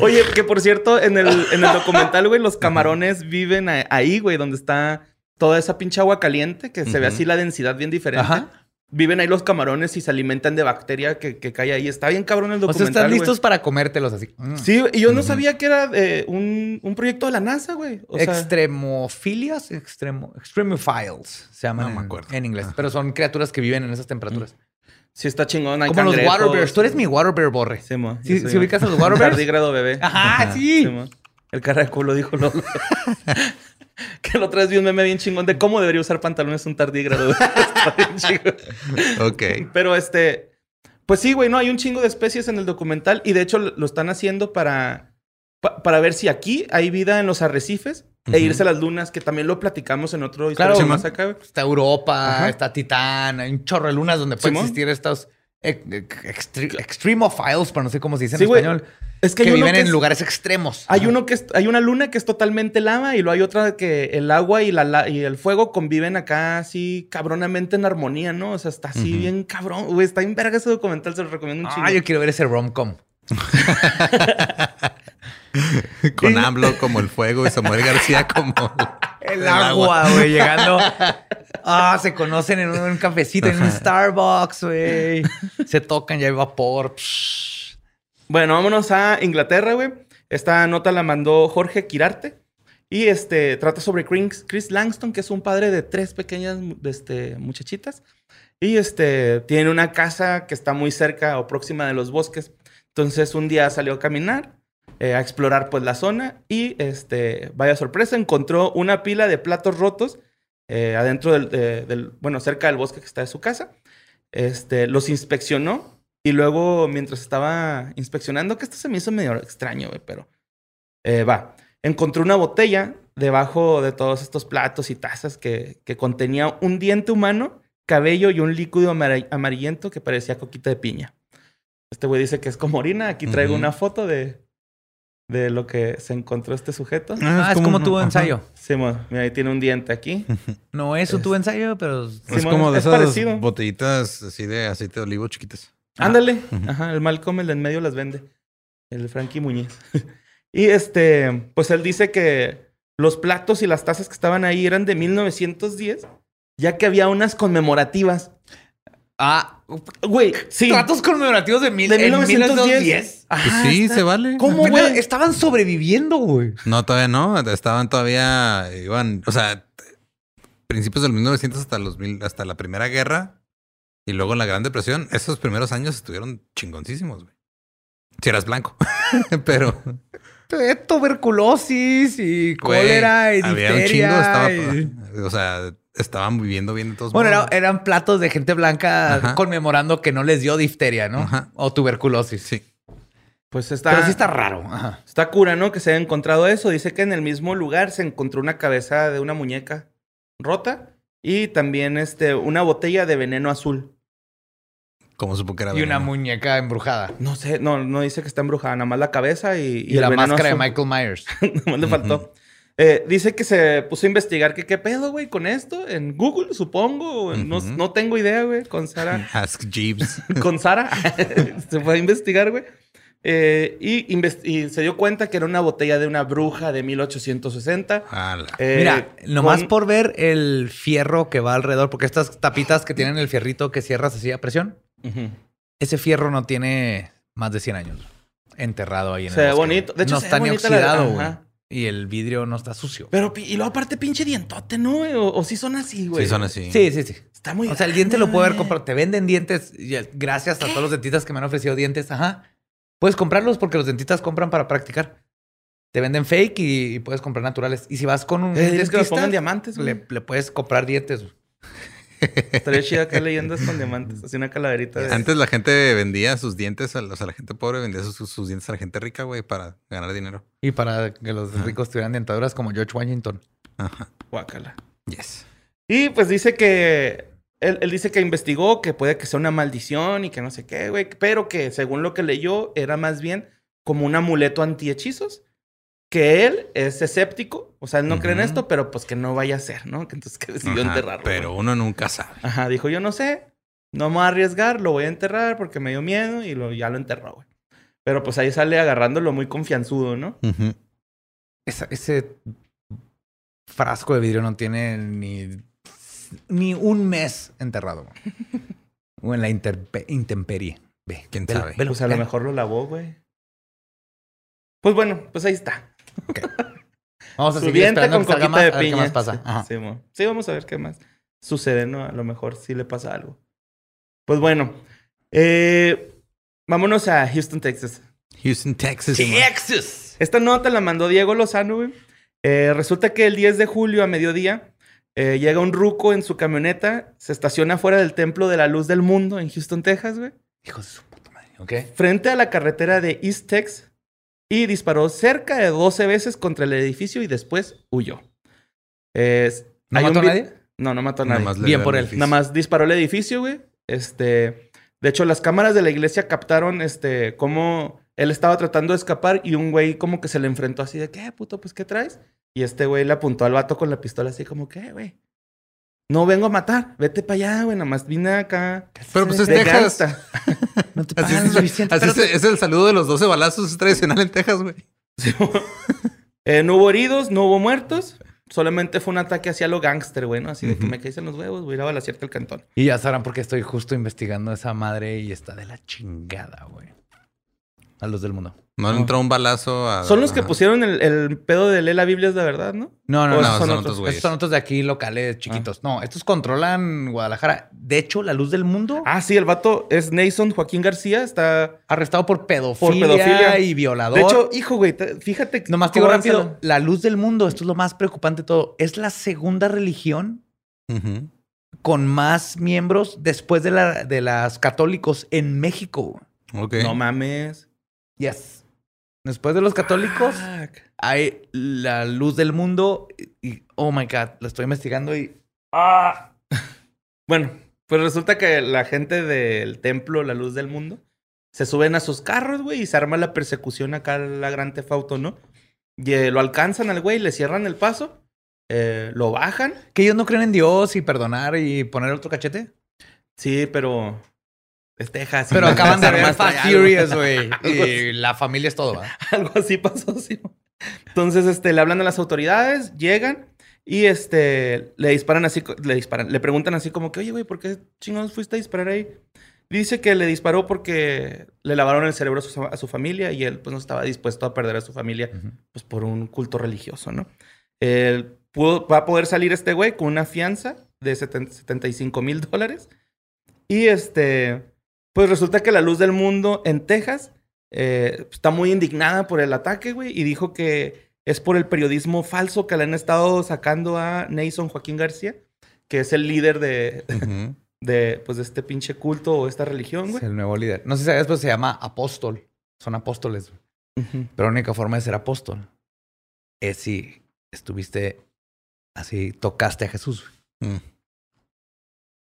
Speaker 2: Oye, que por cierto, en el, en el documental, güey, los camarones viven a- ahí, güey, donde está toda esa pinche agua caliente que se ve
Speaker 3: Ujú.
Speaker 2: así la densidad bien diferente.
Speaker 1: Ajá.
Speaker 2: Viven ahí los camarones y se alimentan de bacteria que, que cae ahí. Está bien cabrón el
Speaker 1: O sea,
Speaker 2: documental.
Speaker 1: están
Speaker 2: güey.
Speaker 1: listos para comértelos así. Mm.
Speaker 2: Sí, y yo no
Speaker 3: Ujú.
Speaker 2: sabía que era eh, un, un proyecto de la NASA, güey. O sea,
Speaker 1: Mm. Extremofilias, extremo, extremophiles se llaman
Speaker 3: No me
Speaker 1: en-
Speaker 3: acuerdo.
Speaker 1: en, inglés,
Speaker 3: Ajá.
Speaker 1: pero son criaturas que viven en esas temperaturas.
Speaker 2: sí está chingón. Hay
Speaker 1: Como los
Speaker 2: cangrejos.
Speaker 1: water bears. Tú eres mi water bear, Borre.
Speaker 2: Sí, mo,
Speaker 1: ¿Sí-
Speaker 2: yo soy
Speaker 1: sí
Speaker 2: un-
Speaker 1: ubicas a los
Speaker 2: un
Speaker 1: water bears?
Speaker 2: tardígrado bebé.
Speaker 1: Ajá, Ah, sí.
Speaker 2: Sí, mo. Ah, el cara de culo dijo Lolo. que la otra vez vi un meme bien chingón de cómo debería usar pantalones un tardígrado. güey. Está bien chingón.
Speaker 3: Ok.
Speaker 2: Pero este, pues sí, güey, no, hay un chingo de especies en el documental y de hecho lo lo están haciendo para, pa- para ver si aquí hay vida en los arrecifes e
Speaker 3: Ujú.
Speaker 2: irse a las lunas, que también lo platicamos en otro
Speaker 1: Claro,
Speaker 2: historia más
Speaker 3: Simón.
Speaker 2: acá, güey.
Speaker 1: Está Europa,
Speaker 2: Ajá.
Speaker 1: está Titán, hay un chorro de lunas donde pueden
Speaker 2: Simón.
Speaker 1: existir estos ex- extre- extremophiles, pero no sé cómo se dice en
Speaker 2: Sí, güey.
Speaker 1: español,
Speaker 2: Es
Speaker 1: que,
Speaker 2: hay uno
Speaker 1: viven en
Speaker 2: es-
Speaker 1: lugares extremos.
Speaker 2: Hay uno que es- hay una luna que es totalmente lava y luego hay otra que el agua y la, la- y el fuego conviven acá así cabronamente en armonía, ¿no? O sea, está así
Speaker 3: Ujú.
Speaker 2: bien cabrón. Güey, está bien verga ese documental, se lo recomiendo un chingo.
Speaker 1: Ah, yo quiero ver ese rom-com.
Speaker 3: Con AMLO como el fuego y Samuel García como
Speaker 1: El, agua, güey, llegando. Ah, se conocen en un cafecito, en un Starbucks, güey. Se tocan, ya hay vapor. psh.
Speaker 2: Bueno, vámonos a Inglaterra, güey. Esta nota la mandó Jorge Quirarte. Y este trata sobre Chris, Chris Langston, que es un padre de tres pequeñas este, muchachitas. Y este tiene una casa que está muy cerca o próxima de los bosques. Entonces un día salió a caminar, eh, a explorar pues la zona y este, vaya sorpresa, encontró una pila de platos rotos eh, adentro del, de- del, bueno, cerca del bosque que está de su casa. Este, los inspeccionó y luego mientras estaba inspeccionando, que esto se me hizo medio extraño, güey, pero eh, va, encontró una botella debajo de todos estos platos y tazas que, que contenía un diente humano, cabello y un líquido amar- amarillento que parecía coquita de piña. Este güey dice que es como orina. Aquí traigo
Speaker 3: Ujú.
Speaker 2: una foto de, de lo que se encontró este sujeto.
Speaker 1: Ah, es como tu
Speaker 3: Ajá.
Speaker 1: ensayo.
Speaker 2: Simón, mira, ahí tiene un diente aquí.
Speaker 1: No es un tu ensayo, pero
Speaker 3: Es
Speaker 2: Simón,
Speaker 3: como de
Speaker 2: es
Speaker 3: esas
Speaker 2: parecido.
Speaker 3: botellitas así de aceite de olivo chiquitas.
Speaker 2: Ándale.
Speaker 3: Ujú.
Speaker 2: Ajá, el Malcolm, el de en medio las vende. El Frankie Muñiz. y este, pues él dice que los platos y las tazas que estaban ahí eran de 1910, ya que había unas conmemorativas.
Speaker 1: Ah,
Speaker 2: Güey, sí.
Speaker 1: tratos conmemorativos de, mil,
Speaker 2: de
Speaker 1: en 1910.
Speaker 2: Ajá,
Speaker 3: Pues sí,
Speaker 2: está-
Speaker 3: se vale.
Speaker 2: ¿Cómo,
Speaker 1: Pero
Speaker 2: güey?
Speaker 1: Estaban sobreviviendo, güey.
Speaker 3: No, todavía no. Estaban todavía, iban, o sea, t- principios del 1900 hasta los mil, hasta la Primera Guerra y luego la Gran Depresión. Esos primeros años estuvieron chingoncísimos, güey. Si eras blanco, pero
Speaker 1: Eh, Tuberculosis y
Speaker 3: güey,
Speaker 1: cólera y
Speaker 3: había un
Speaker 1: difteria.
Speaker 3: chingo, estaba-
Speaker 1: y-
Speaker 3: o sea, estaban viviendo bien de todos
Speaker 1: Bueno, era-
Speaker 3: modos.
Speaker 1: eran platos de gente blanca
Speaker 3: Pues, Ajá.
Speaker 1: conmemorando que no les dio difteria, ¿no?
Speaker 3: Ajá.
Speaker 1: O tuberculosis.
Speaker 3: Sí.
Speaker 2: Pues está.
Speaker 1: Pero sí está raro. Ajá.
Speaker 2: Está cura, ¿no? Que se haya encontrado eso. Dice que en el mismo lugar se encontró una cabeza de una muñeca rota y también este, una botella de veneno azul.
Speaker 3: Como supo que era
Speaker 1: eh, Y una
Speaker 3: veneno.
Speaker 1: muñeca embrujada.
Speaker 2: No sé, no, no dice que está embrujada, nada más la cabeza y,
Speaker 1: Y, la máscara de
Speaker 2: Michael.
Speaker 1: Michael Myers.
Speaker 2: Nomás le faltó.
Speaker 3: Ujú.
Speaker 2: Eh, dice que se puso a investigar que qué pedo, güey, con esto. En Google, supongo. o en- no,
Speaker 3: Ujú.
Speaker 2: no tengo idea, güey. Con Sara.
Speaker 3: Ask Jeeves.
Speaker 2: con Sara. se fue a investigar, güey. Eh, y, inves- y se dio cuenta que era una botella de una bruja de 1860.
Speaker 3: A Ah, la-
Speaker 2: Eh,
Speaker 1: Mira, nomás
Speaker 2: con-
Speaker 1: por ver el fierro que va alrededor, porque estas tapitas que tienen el fierrito que cierras así a presión,
Speaker 2: Ujú.
Speaker 1: ese fierro no tiene más de 100 años enterrado ahí en
Speaker 2: Se ve
Speaker 1: el bosque,
Speaker 2: bonito.
Speaker 1: güey.
Speaker 2: De hecho,
Speaker 1: no
Speaker 2: se ve
Speaker 1: está ni
Speaker 2: bonita la-
Speaker 1: oxidado, güey.
Speaker 2: ajá.
Speaker 1: Y el vidrio no está sucio.
Speaker 2: Pero, pi- y luego aparte, pinche dientote, ¿no? güey? O, o sí son así, güey.
Speaker 3: Sí, son así.
Speaker 1: Sí, sí, sí.
Speaker 2: Está muy
Speaker 1: O sea, el diente lo puede haber
Speaker 2: grande,
Speaker 1: comprado. Te venden dientes. y el- Gracias a todos los dentistas que me han ofrecido dientes. Ajá. Puedes comprarlos porque los dentistas compran para practicar. Te venden fake y, y puedes comprar naturales. Y si vas con un
Speaker 2: güey. Eh, diles que los
Speaker 1: dentista,
Speaker 2: pongan diamantes, güey.
Speaker 1: le, le puedes comprar dientes. güey.
Speaker 2: Estaría chida acá leyendas con diamantes. Así una calaverita de...
Speaker 3: Antes la gente vendía sus dientes, a, o sea, la gente pobre vendía sus, sus dientes a la gente rica, güey, para ganar dinero.
Speaker 1: Y para que los ricos tuvieran dentaduras como George Washington.
Speaker 3: Ajá.
Speaker 2: Guácala.
Speaker 3: Yes.
Speaker 2: Y pues dice que... Él, él dice que investigó que puede que sea una maldición y que no sé qué, güey. Pero que según lo que leyó era más bien como un amuleto antihechizos. Que él es escéptico. O sea, él no cree en
Speaker 3: Ujú.
Speaker 2: esto, pero pues que no vaya a ser, ¿no? Que entonces que decidió
Speaker 3: Ajá,
Speaker 2: enterrarlo.
Speaker 3: Pero
Speaker 2: güey.
Speaker 3: uno nunca sabe.
Speaker 2: Ajá, dijo yo no sé. No me voy a arriesgar, lo voy a enterrar porque me dio miedo y lo, ya lo enterró, güey. Pero pues ahí sale agarrándolo muy confianzudo, ¿no?
Speaker 3: Ujú.
Speaker 1: Esa- ese frasco de vidrio no tiene ni, ni un mes enterrado. güey. O en la interpe- intemperie. Ve,
Speaker 3: ¿Quién
Speaker 1: velo,
Speaker 3: sabe?
Speaker 1: velo,
Speaker 2: Pues a lo
Speaker 1: velo.
Speaker 2: mejor lo lavó, güey. Pues bueno, pues ahí está.
Speaker 1: Vamos a seguir
Speaker 2: Subiente
Speaker 1: esperando
Speaker 2: con
Speaker 1: que salga
Speaker 2: coquita
Speaker 1: más,
Speaker 2: de
Speaker 1: a ver
Speaker 2: piña.
Speaker 1: qué más pasa. Ajá.
Speaker 2: Sí, mo. Sí, vamos a ver qué más sucede, ¿no? A lo mejor sí le pasa algo. Pues bueno, eh, vámonos a Houston, Texas.
Speaker 3: Houston, Texas.
Speaker 1: Texas.
Speaker 2: Pues, Esta nota la mandó Diego Lozano, güey. Eh, resulta que el 10 de julio a mediodía eh, llega un ruco en su camioneta, se estaciona fuera del Templo de la Luz del Mundo en Houston, Texas, güey,
Speaker 1: Hijo de su puta madre. ¿Ok?
Speaker 2: frente a la carretera de East Tex y disparó cerca de 12 veces contra el edificio y después huyó. Es-
Speaker 1: ¿No
Speaker 2: hay un
Speaker 1: mató a
Speaker 2: vi-
Speaker 1: nadie?
Speaker 2: No, no mató a
Speaker 3: Nada
Speaker 2: nadie.
Speaker 3: más le
Speaker 1: Bien
Speaker 3: veo
Speaker 1: por
Speaker 3: el
Speaker 1: él.
Speaker 3: edificio.
Speaker 2: Nada más disparó el edificio, güey. Este. De hecho, las cámaras de la iglesia captaron este. cómo él estaba tratando de escapar y un güey como que se le enfrentó así de ¿qué puto? Pues ¿qué traes? Y este güey le apuntó al vato con la pistola así como ¿qué, güey? No vengo a matar, vete para allá, güey. Nada más vine acá.
Speaker 3: Pero pues es
Speaker 2: de
Speaker 3: Texas.
Speaker 2: gangsta".
Speaker 1: No te
Speaker 3: Así
Speaker 1: pagan lo
Speaker 3: es,
Speaker 1: suficiente.
Speaker 3: así es-
Speaker 1: espérate.
Speaker 3: es el saludo de los 12 balazos tradicional en Texas, güey.
Speaker 2: Eh, no hubo heridos, no hubo muertos. Solamente fue un ataque hacia lo gángster, güey, ¿no? Así de que
Speaker 3: Ujú.
Speaker 2: me caíste en los huevos, voy a ir a balasearte el cantón.
Speaker 1: Y ya sabrán porque estoy justo investigando esa madre y está de la chingada, güey. A los del mundo.
Speaker 3: No le entró un balazo a.
Speaker 2: Son los que
Speaker 3: Ajá.
Speaker 2: pusieron el, el pedo de leer la Biblia, es la verdad, ¿no?
Speaker 1: No, no,
Speaker 2: O
Speaker 1: no.
Speaker 3: No,
Speaker 2: esos
Speaker 3: son
Speaker 2: otros.
Speaker 3: otros, güey.
Speaker 1: Pues, Estos Ah. son otros de aquí locales chiquitos. No, estos controlan Guadalajara. De hecho, la luz del
Speaker 3: Oh.
Speaker 1: mundo
Speaker 2: Ah, sí, el vato es Nason Joaquín García, está...
Speaker 1: arrestado por pedofilia,
Speaker 2: pedofilia.
Speaker 1: y violador.
Speaker 2: De hecho, hijo, güey, te- fíjate... que-
Speaker 1: nomás te digo
Speaker 2: cómo
Speaker 1: rápido,
Speaker 2: avanza
Speaker 1: la luz del mundo, esto es lo más preocupante de todo, es la segunda religión
Speaker 3: Ujú.
Speaker 1: con más miembros después de, la, de las católicos en México.
Speaker 3: Ok.
Speaker 2: la- No mames.
Speaker 1: Yes. Después de los católicos,
Speaker 2: Fuck.
Speaker 1: hay la luz del mundo y, y- oh my god, lo estoy investigando y
Speaker 2: Bueno, pues resulta que la gente del templo, la luz del mundo, se suben a sus carros, güey, y se arma la persecución acá, la gran tefauto, ¿no? Y eh, lo alcanzan al güey, le cierran el paso, eh, lo bajan.
Speaker 1: que ellos no creen en Dios y perdonar y poner otro cachete.
Speaker 2: Sí, pero... Es Texas.
Speaker 1: Pero
Speaker 2: ¿no?
Speaker 1: acaban de
Speaker 2: Se arma
Speaker 1: ver
Speaker 2: hasta
Speaker 1: Fast
Speaker 2: allá, güey.
Speaker 1: Furious, güey. Y la familia es todo, ¿va?
Speaker 2: Algo así pasó, sí. Entonces, este, le hablan a las autoridades, llegan y este, le disparan así, co- le disparan, le preguntan así como que, oye, güey, ¿por qué chingados fuiste a disparar ahí? Dice que le disparó porque le lavaron el cerebro a su, a su familia y él pues no estaba dispuesto a perder a su familia pues por un culto religioso, ¿no? Él pudo- va a poder salir este güey con una fianza de 70 75 mil dólares. Y este, pues resulta que la luz del mundo en Texas eh, está muy indignada por el ataque, güey, y dijo que es por el periodismo falso que le han estado sacando a Nason Joaquín García, que es el líder de,
Speaker 3: Ujú.
Speaker 2: de, pues, de este pinche culto o esta religión,
Speaker 1: Es
Speaker 2: güey.
Speaker 1: el nuevo líder. No sé si sabías, pero se llama apóstol. Son apóstoles. güey.
Speaker 2: Ujú.
Speaker 1: Pero la única forma de ser apóstol es si estuviste así, tocaste a Jesús. güey.
Speaker 3: Mm.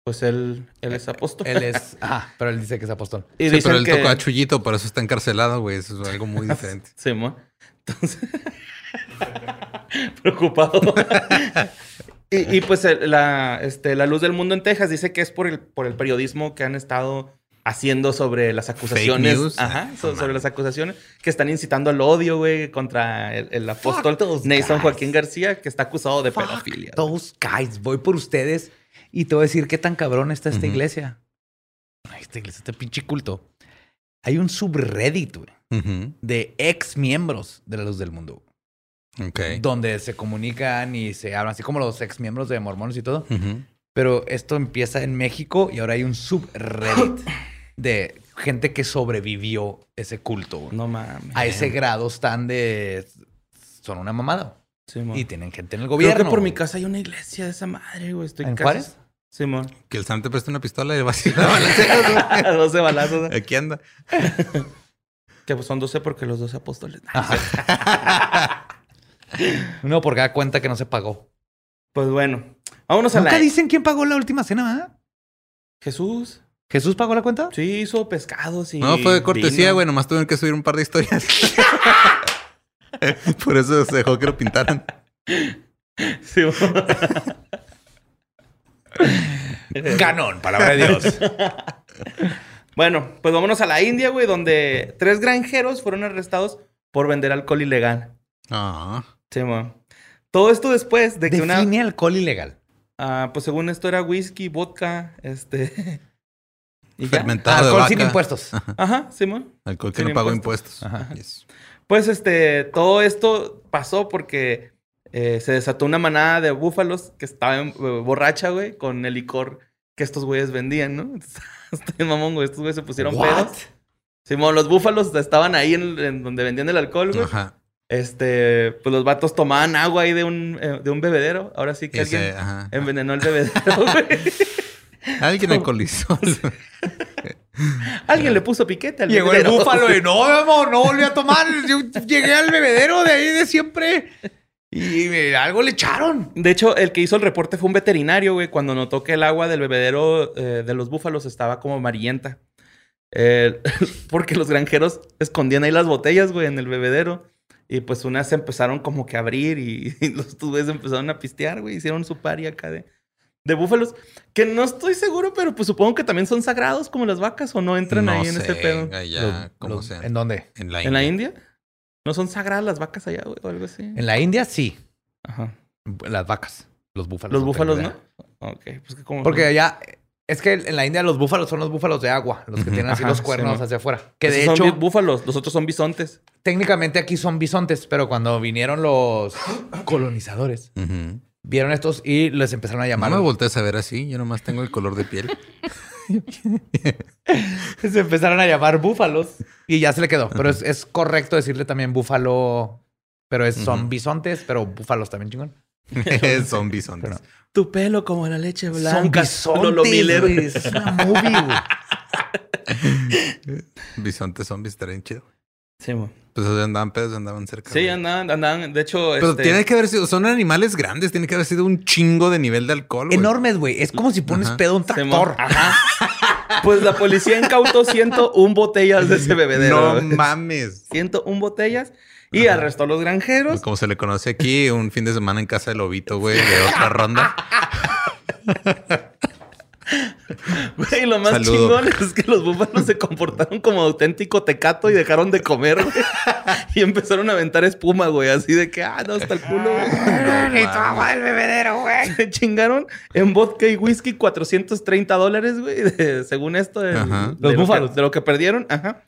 Speaker 2: Pues él, él es apóstol.
Speaker 1: Él es, ajá, pero él dice que es apóstol.
Speaker 2: Y
Speaker 3: Sí,
Speaker 2: dicen
Speaker 3: pero él
Speaker 2: que-
Speaker 3: tocó a Chuyito, por eso está encarcelado, güey. Eso es algo muy diferente.
Speaker 2: Simón. Entonces. Preocupado. y, y, pues el- la, este, la luz del mundo en Texas dice que es por el, por el periodismo que han estado haciendo sobre las acusaciones.
Speaker 3: news.
Speaker 2: Ajá,
Speaker 3: Ah,
Speaker 2: so-
Speaker 3: no
Speaker 2: sobre
Speaker 3: mames.
Speaker 2: las acusaciones que están incitando al odio, güey, contra el, el apóstol
Speaker 1: those
Speaker 2: Nathan
Speaker 1: guys.
Speaker 2: Joaquín García, que está acusado de
Speaker 1: Fuck
Speaker 2: pedofilia.
Speaker 1: Those guys, voy por ustedes y te voy a decir qué tan cabrón está esta
Speaker 3: Ujú.
Speaker 1: iglesia. Ay, esta iglesia, este pinche culto. Hay un subreddit güey,
Speaker 3: Ujú.
Speaker 1: de ex miembros de la luz del mundo, güey,
Speaker 3: Ok.
Speaker 1: donde se comunican y se hablan, así como los ex miembros de mormones y todo.
Speaker 3: Ujú.
Speaker 1: Pero esto empieza en México y ahora hay un subreddit de gente que sobrevivió ese culto. güey.
Speaker 2: No mames.
Speaker 1: A ese grado están de... Son una mamada.
Speaker 2: Simón.
Speaker 1: güey. Y tienen gente en el
Speaker 2: Creo
Speaker 1: gobierno.
Speaker 2: que por mi
Speaker 1: güey.
Speaker 2: casa hay una iglesia de esa madre, güey. Estoy
Speaker 1: ¿En
Speaker 2: casi-
Speaker 1: Juárez?
Speaker 2: Simón.
Speaker 3: Que el Sam te preste una pistola y le vas a ir a balancear,
Speaker 2: 12 balazos.
Speaker 3: güey. Aquí anda.
Speaker 2: Que pues, son 12 porque los 12 apóstoles.
Speaker 1: Uno por cada cuenta que no se pagó.
Speaker 2: Pues bueno, vámonos a
Speaker 1: Nunca
Speaker 2: la... e-
Speaker 1: dicen quién pagó la última cena, ¿verdad?
Speaker 2: Jesús.
Speaker 1: ¿Jesús pagó la cuenta?
Speaker 2: Sí, hizo pescados y...
Speaker 3: No, fue de cortesía,
Speaker 2: vino.
Speaker 3: güey. Nomás tuvieron que subir un par de historias. por eso se dejó que lo pintaran.
Speaker 2: Sí, bueno.
Speaker 1: Canon, palabra de Dios.
Speaker 2: bueno, pues vámonos a la India, güey, donde tres granjeros fueron arrestados por vender alcohol ilegal.
Speaker 3: Ah.
Speaker 2: Sí, bueno. Todo esto después de que
Speaker 1: Define
Speaker 2: una...
Speaker 1: alcohol ilegal.
Speaker 2: Ah, pues según esto era whisky, vodka, este... Y ya.
Speaker 3: Fermentado de
Speaker 1: Alcohol
Speaker 3: vaca.
Speaker 1: sin impuestos.
Speaker 2: Ajá, Simón.
Speaker 3: Alcohol que
Speaker 2: Sin
Speaker 3: no pagó
Speaker 2: impuestos.
Speaker 3: impuestos.
Speaker 2: Ajá.
Speaker 3: Yes.
Speaker 2: Pues este, todo esto pasó porque eh, se desató una manada de búfalos que estaba en- eh, borracha, güey, con el licor que estos güeyes vendían, ¿no? Está bien mamón, güey. Estos güeyes se pusieron
Speaker 3: What?
Speaker 2: pedos. Simón, los búfalos estaban ahí en, en donde vendían el alcohol, güey.
Speaker 3: Ajá.
Speaker 2: Este, pues los vatos tomaban agua ahí de un, eh, de un bebedero. Ahora sí que
Speaker 3: Ese,
Speaker 2: alguien
Speaker 3: ajá.
Speaker 2: envenenó el bebedero, güey.
Speaker 3: Alguien alcoholizó.
Speaker 2: alguien le puso piquete al
Speaker 1: Llegó el
Speaker 2: bebedero.
Speaker 1: búfalo y no, amor, no volví a tomar. Yo llegué al bebedero de ahí de siempre y me- algo le echaron.
Speaker 2: De hecho, el que hizo el reporte fue un veterinario, güey, cuando notó que el agua del bebedero eh, de los búfalos estaba como amarillenta. Eh, porque los granjeros escondían ahí las botellas, güey, en el bebedero. Y pues unas se empezaron como que a abrir y, y los tubes empezaron a pistear, güey. Hicieron su party acá de, de búfalos. Que no estoy seguro, pero pues supongo que también son sagrados como las vacas o no entran ahí en este pedo.
Speaker 3: Allá, como
Speaker 1: Los-
Speaker 3: sea.
Speaker 1: ¿En dónde?
Speaker 3: En la India.
Speaker 2: ¿En la India? ¿No son sagradas las vacas allá, güey, o algo así?
Speaker 1: En la India, sí.
Speaker 2: Ajá.
Speaker 1: Las vacas. Los búfalos.
Speaker 2: Los
Speaker 1: no
Speaker 2: búfalos,
Speaker 1: tengo
Speaker 2: ¿no?
Speaker 1: idea.
Speaker 2: Ok, pues que como...
Speaker 1: Porque allá... Es que en la India los búfalos son los búfalos de agua, los que
Speaker 3: Ujú.
Speaker 1: tienen así
Speaker 2: Ajá,
Speaker 1: los cuernos
Speaker 2: sí, ¿no?
Speaker 1: hacia afuera. Que de
Speaker 2: Esos
Speaker 1: hecho,
Speaker 2: son bi- búfalos, los otros son bisontes.
Speaker 1: técnicamente aquí son bisontes, pero cuando vinieron los colonizadores,
Speaker 3: Ujú.
Speaker 1: vieron estos y les empezaron a
Speaker 3: No
Speaker 1: llamar.
Speaker 3: me voltees a ver así. Yo nomás tengo el color de piel.
Speaker 1: Se empezaron a llamar búfalos y ya se le quedó. Pero es, es correcto decirle también búfalo, pero es, son
Speaker 3: Ujú.
Speaker 1: bisontes, pero búfalos también chingón.
Speaker 3: Son bisontes.
Speaker 2: Tu pelo como la leche
Speaker 1: son bisontes, güey. Es una movie, güey.
Speaker 3: Bisontes zombies estarían chido.
Speaker 2: Sí, mo.
Speaker 3: Pues andaban pedos, andaban cerca.
Speaker 2: Sí,
Speaker 3: güey.
Speaker 2: andaban, andaban. De hecho,
Speaker 3: Pero
Speaker 2: este,
Speaker 3: tiene que haber sido, son animales grandes, tiene que haber sido un chingo de nivel de alcohol. güey.
Speaker 1: Enormes, güey. Es como si pones
Speaker 3: Ajá.
Speaker 1: pedo a un
Speaker 2: se mo-
Speaker 1: tractor.
Speaker 2: Ajá. Pues la policía incautó 101 botellas de ese bebedero.
Speaker 3: No
Speaker 2: güey.
Speaker 3: mames.
Speaker 2: 101 botellas y
Speaker 3: Ajá.
Speaker 2: arrestó a los granjeros.
Speaker 3: Como se le conoce aquí, un fin de semana en casa del lobito, güey, de otra ronda.
Speaker 2: Güey, lo más
Speaker 3: Saludo.
Speaker 2: chingón es que los búfalos se comportaron como auténtico tecato y dejaron de comer, güey. Y empezaron a aventar espuma, güey. Así de que, ah, no, hasta el culo, güey.
Speaker 1: Ni tu agua del bebedero, güey.
Speaker 2: Se chingaron en vodka y whisky 430 dólares, güey, de- según esto. del-
Speaker 3: Ajá.
Speaker 2: de
Speaker 1: Los
Speaker 2: lo
Speaker 1: búfalos.
Speaker 2: que- de lo que perdieron, ajá.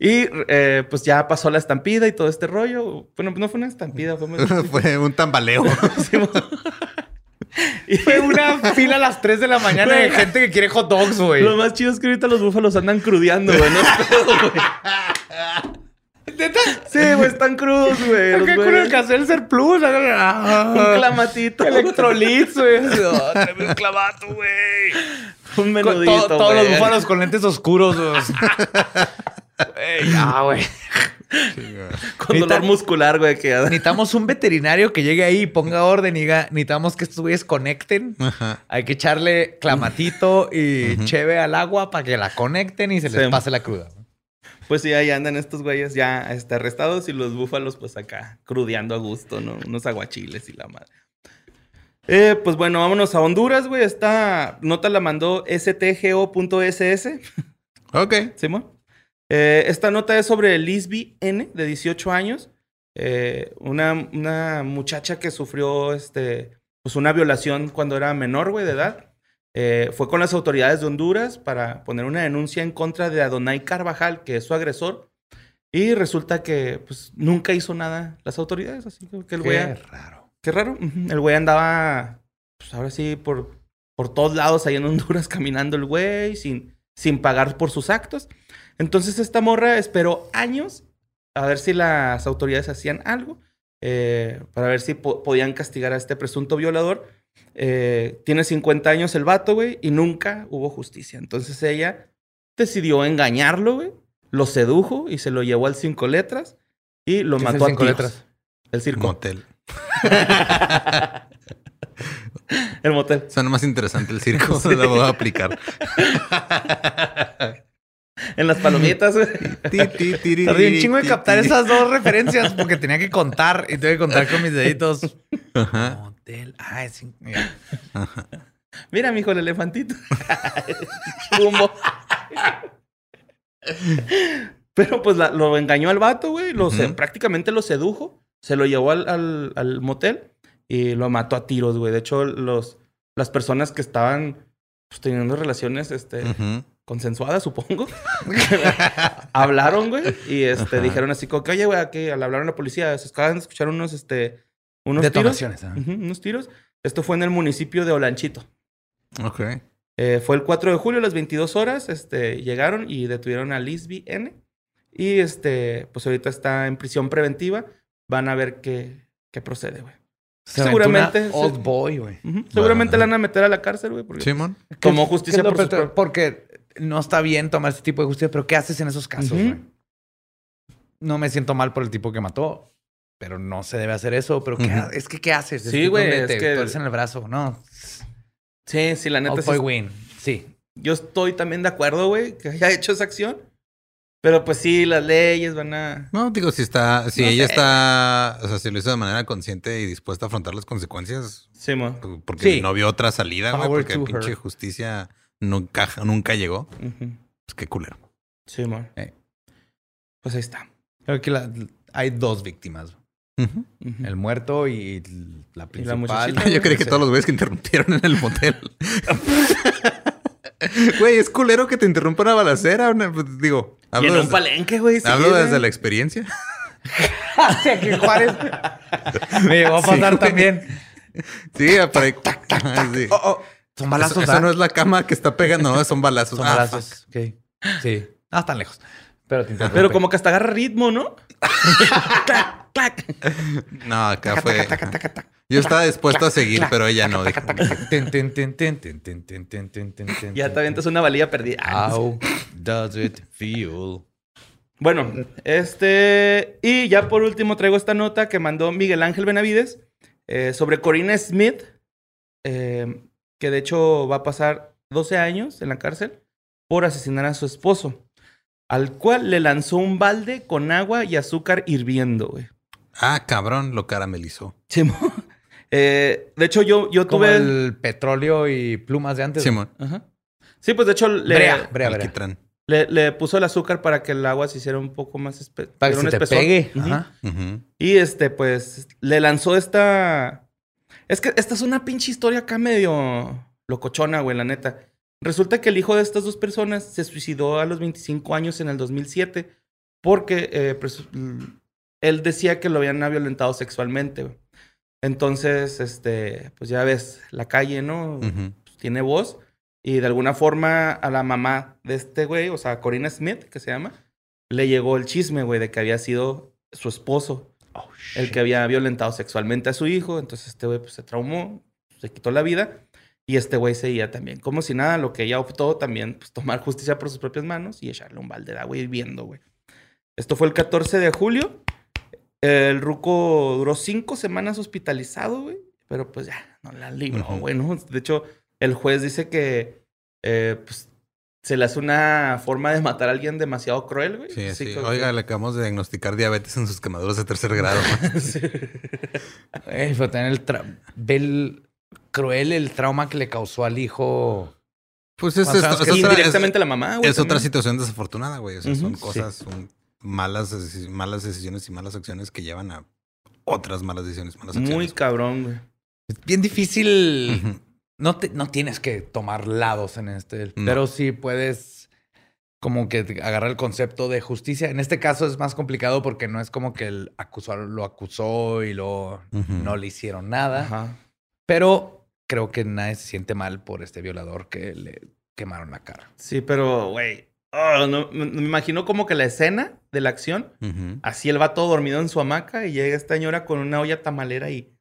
Speaker 2: Y eh, pues ya pasó la estampida y todo este rollo. Bueno, no fue una estampida, fue más...
Speaker 3: Fue un tambaleo.
Speaker 2: Y
Speaker 1: Fue una fila a las 3 de la mañana de gente que quiere hot dogs, güey.
Speaker 2: Lo más chido es que ahorita los búfalos andan crudeando, güey. ¿no?
Speaker 1: ¿Neta?
Speaker 2: Sí, güey, están crudos, güey. los
Speaker 1: ¿Qué culo
Speaker 2: güeyes.
Speaker 1: el Cancel Ser Plus?
Speaker 2: Un
Speaker 1: Un
Speaker 2: clamatito.
Speaker 1: Electrolits, güey. No, tráeme un clamato, güey.
Speaker 2: Un
Speaker 1: Con- to-
Speaker 2: menudito,
Speaker 1: todos los
Speaker 2: güey.
Speaker 1: búfalos con lentes oscuros. güey. Güey, ya, güey.
Speaker 2: Con dolor
Speaker 1: Necesitan-
Speaker 2: muscular, güey. Que...
Speaker 1: Necesitamos un veterinario que llegue ahí y ponga orden y diga, necesitamos que estos güeyes conecten.
Speaker 3: Ajá.
Speaker 1: Hay que echarle clamatito y cheve al agua para que la conecten y se les
Speaker 2: Sí.
Speaker 1: pase la cruda.
Speaker 2: Pues sí, ahí andan estos güeyes ya este, arrestados y los búfalos pues acá crudeando a gusto, ¿no? Unos aguachiles y la madre. Eh, pues bueno, vámonos a Honduras, güey. Esta nota la mandó stgo.ss,
Speaker 3: Ok.
Speaker 2: Simón. Eh, esta nota es sobre Lisby N, de 18 años. Eh, una, una muchacha que sufrió este, pues una violación cuando era menor, güey, de edad. Eh, fue con las autoridades de Honduras para poner una denuncia en contra de Adonai Carvajal, que es su agresor. Y resulta que pues, nunca hizo nada las autoridades, así que que el güey...
Speaker 1: Qué raro.
Speaker 2: Qué raro. Ujú. El güey andaba, pues ahora sí, por, por todos lados ahí en Honduras caminando el güey, sin, sin pagar por sus actos. Entonces esta morra esperó años a ver si las autoridades hacían algo, eh, para ver si po- podían castigar a este presunto violador. Eh, tiene 50 años el vato, güey, y nunca hubo justicia. Entonces ella decidió engañarlo, güey, lo sedujo y se lo llevó al cinco letras y lo
Speaker 1: ¿Qué es el
Speaker 2: mató a
Speaker 1: Cinco
Speaker 2: tiros.
Speaker 1: Letras?
Speaker 2: El circo,
Speaker 3: Motel.
Speaker 2: el motel.
Speaker 3: Suena más interesante el circo. La voy a aplicar.
Speaker 2: En las palomitas, güey.
Speaker 3: Ti, ti, ti, ti,
Speaker 1: Tardé un
Speaker 3: ti,
Speaker 1: chingo de
Speaker 3: ti,
Speaker 1: captar
Speaker 3: ti.
Speaker 1: esas dos referencias porque tenía que contar y tuve que contar con mis deditos.
Speaker 3: Ajá.
Speaker 1: Motel. Ah, es cinco- mira.
Speaker 2: Mira, mijo, el elefantito. Pumbo. Pero pues la- lo engañó al vato, güey. Lo, se-
Speaker 3: Ujú.
Speaker 2: prácticamente lo sedujo. Se lo llevó al, al- al motel y lo mató a tiros, güey. De hecho, los, las personas que estaban pues, teniendo relaciones este,
Speaker 3: Ujú.
Speaker 2: consensuada, supongo. Hablaron, güey, y este, dijeron así como que, oye, güey, aquí le hablaron a la policía, se acaban de escuchar unos, este, unos tiros. Mm.
Speaker 1: Detonaciones. ¿ah?
Speaker 2: Ujú, unos tiros. Esto fue en el municipio de Olanchito.
Speaker 3: Ok.
Speaker 2: Eh, fue el 4 de julio a las 22 horas. Este, llegaron y detuvieron a Lisby N. Y este, pues ahorita está en prisión preventiva. Van a ver qué, qué procede, güey.
Speaker 1: Se aventó una
Speaker 2: seguramente-
Speaker 1: Old boy, güey.
Speaker 2: Ujú. Seguramente
Speaker 3: Bueno.
Speaker 2: la van a meter a la cárcel, güey. Porque
Speaker 3: Simón.
Speaker 2: tomó
Speaker 1: ¿Qué-
Speaker 2: justicia
Speaker 1: qué es
Speaker 2: por
Speaker 1: lo
Speaker 2: sus
Speaker 1: peor?
Speaker 2: pro-
Speaker 1: Porque no está bien tomar este tipo de justicia, pero ¿qué haces en esos casos,
Speaker 2: Ujú.
Speaker 1: güey? No me siento mal por el tipo que mató, pero no se debe hacer eso. Pero ¿qué
Speaker 3: Ujú.
Speaker 1: ha- es que ¿qué haces? Es
Speaker 2: Sí,
Speaker 1: que
Speaker 2: güey,
Speaker 1: donde
Speaker 2: es
Speaker 1: Te
Speaker 2: que-
Speaker 1: tuercen el brazo, ¿no?
Speaker 2: Sí, sí, la neta.
Speaker 1: Old
Speaker 2: sí
Speaker 1: boy
Speaker 2: es-
Speaker 1: win. Sí.
Speaker 2: yo estoy también de acuerdo, güey, que haya hecho esa acción. Pero pues sí, las leyes van a.
Speaker 3: No, digo, si está, si
Speaker 2: No
Speaker 3: ella
Speaker 2: sé.
Speaker 3: está, o sea, si lo hizo de manera consciente y dispuesta a afrontar las consecuencias,
Speaker 2: Sí, mo.
Speaker 3: p- porque
Speaker 1: Sí.
Speaker 3: no vio otra salida, güey,
Speaker 1: Power
Speaker 3: porque
Speaker 1: to
Speaker 3: pinche
Speaker 1: her.
Speaker 3: justicia nunca, nunca llegó,
Speaker 2: Ujú.
Speaker 3: pues qué culero.
Speaker 2: Sí, mo.
Speaker 3: Eh.
Speaker 2: Pues ahí está.
Speaker 1: Creo que la- hay dos víctimas.
Speaker 3: Ujú.
Speaker 2: Ujú.
Speaker 1: El muerto y la principal.
Speaker 2: muchachita,
Speaker 3: Yo creí que todos los güeyes que interrumpieron en el motel. Güey, es culero que te interrumpa una balacera. una- pues, digo,
Speaker 2: Y
Speaker 3: hablo,
Speaker 2: en un
Speaker 3: desde,
Speaker 2: palenque, güey. sí,
Speaker 3: hablo
Speaker 2: güey.
Speaker 3: desde la experiencia.
Speaker 1: Hacia que Juárez. Me llegó a pasar
Speaker 3: güey.
Speaker 1: también.
Speaker 3: Sí, para... Ajá, sí.
Speaker 1: Oh, oh, Son balazos.
Speaker 3: Eso, eso
Speaker 1: ¿ah?
Speaker 3: no es la cama que está pegando, no, son balazos.
Speaker 1: Son
Speaker 3: Ah,
Speaker 1: balazos. Ok. Sí. No, están lejos. Pero, te interrumpe.
Speaker 2: Pero como que hasta agarra ritmo, ¿no? clac, clac.
Speaker 3: fuck. No, acá fue. Yo estaba dispuesto a seguir, pero ella no. dijo.
Speaker 1: Tin, tin, tin, tin, tin, tin, tin, tin, tin, tin, tin,
Speaker 2: Ya te avientas una valía perdida. Ah, no sé.
Speaker 1: How does it feel?
Speaker 2: Bueno, este. Y ya por último traigo esta nota que mandó Miguel Ángel Benavides eh, sobre Corina Smith, eh, que de hecho va a pasar 12 años en la cárcel por asesinar a su esposo, al cual le lanzó un balde con agua y azúcar hirviendo, güey.
Speaker 3: Ah, cabrón, lo caramelizó.
Speaker 2: Simón. Eh, de hecho, yo, yo
Speaker 1: Como
Speaker 2: tuve.
Speaker 1: el petróleo y plumas de antes.
Speaker 3: Simón,
Speaker 2: Ajá. Sí, pues de hecho le.
Speaker 1: Brea, brea, brea.
Speaker 3: alquitrán.
Speaker 2: Le, le puso el azúcar para que el agua se hiciera un poco más espe
Speaker 1: Para que
Speaker 2: tuviera un
Speaker 1: se te
Speaker 2: espesor.
Speaker 1: pegue.
Speaker 2: Ujú.
Speaker 1: Ajá.
Speaker 3: Ujú.
Speaker 2: Y este, pues, le lanzó esta. Es que esta es una pinche historia acá medio locochona, güey, la neta. Resulta que el hijo de estas dos personas se suicidó a los 25 años en el 2007 porque eh, presu- mm, él decía que lo habían violentado sexualmente. güey. Entonces, este, pues ya ves, la calle, ¿no?
Speaker 3: Ujú.
Speaker 2: pues, tiene voz. Y de alguna forma a la mamá de este güey, o sea, Corina Smith, que se llama, le llegó el chisme, güey, de que había sido su esposo el que había violentado sexualmente a su hijo. Entonces este güey pues, se traumó, se quitó la vida. Y este güey seguía también, como si nada, lo que ella optó también, pues tomar justicia por sus propias manos y echarle un balde de agua hirviendo, güey. Esto fue el 14 de julio. El ruco duró cinco semanas hospitalizado, güey. Pero pues ya, no la libró,
Speaker 3: Ujú.
Speaker 2: güey. ¿no? De hecho, el juez dice que eh, pues, se le hace una forma de matar a alguien demasiado cruel, güey.
Speaker 3: Sí,
Speaker 2: Así
Speaker 3: sí.
Speaker 2: como
Speaker 3: Oiga,
Speaker 2: que-
Speaker 3: le acabamos de diagnosticar diabetes en sus quemaduras de tercer grado.
Speaker 2: Sí.
Speaker 1: Ey, pero también el tra- ve el cruel el trauma que le causó al hijo.
Speaker 3: Pues es,
Speaker 1: O sea,
Speaker 3: es-
Speaker 1: es
Speaker 3: es
Speaker 1: que
Speaker 3: otra, es-
Speaker 2: Indirectamente la mamá, güey.
Speaker 3: es otra
Speaker 2: también.
Speaker 3: situación desafortunada, güey. O sea,
Speaker 2: Ujú,
Speaker 3: son
Speaker 2: sí.
Speaker 3: cosas, son malas, deci- malas decisiones y malas acciones que llevan a otras malas decisiones, malas acciones.
Speaker 2: Muy cabrón, güey.
Speaker 1: Es bien difícil.
Speaker 3: Ujú.
Speaker 1: no, te- no tienes que tomar lados en este,
Speaker 3: No.
Speaker 1: pero sí puedes como que te- agarrar el concepto de justicia. En este caso es más complicado porque no es como que el acusado lo acusó y lo,
Speaker 3: Ujú.
Speaker 1: no le hicieron nada,
Speaker 2: Ajá.
Speaker 1: pero creo que nadie se siente mal por este violador que le quemaron la cara.
Speaker 2: Sí, pero, güey. oh, no, me, me imagino como que la escena de la acción,
Speaker 3: Ujú.
Speaker 2: así él va todo dormido en su hamaca y llega esta señora con una olla tamalera y.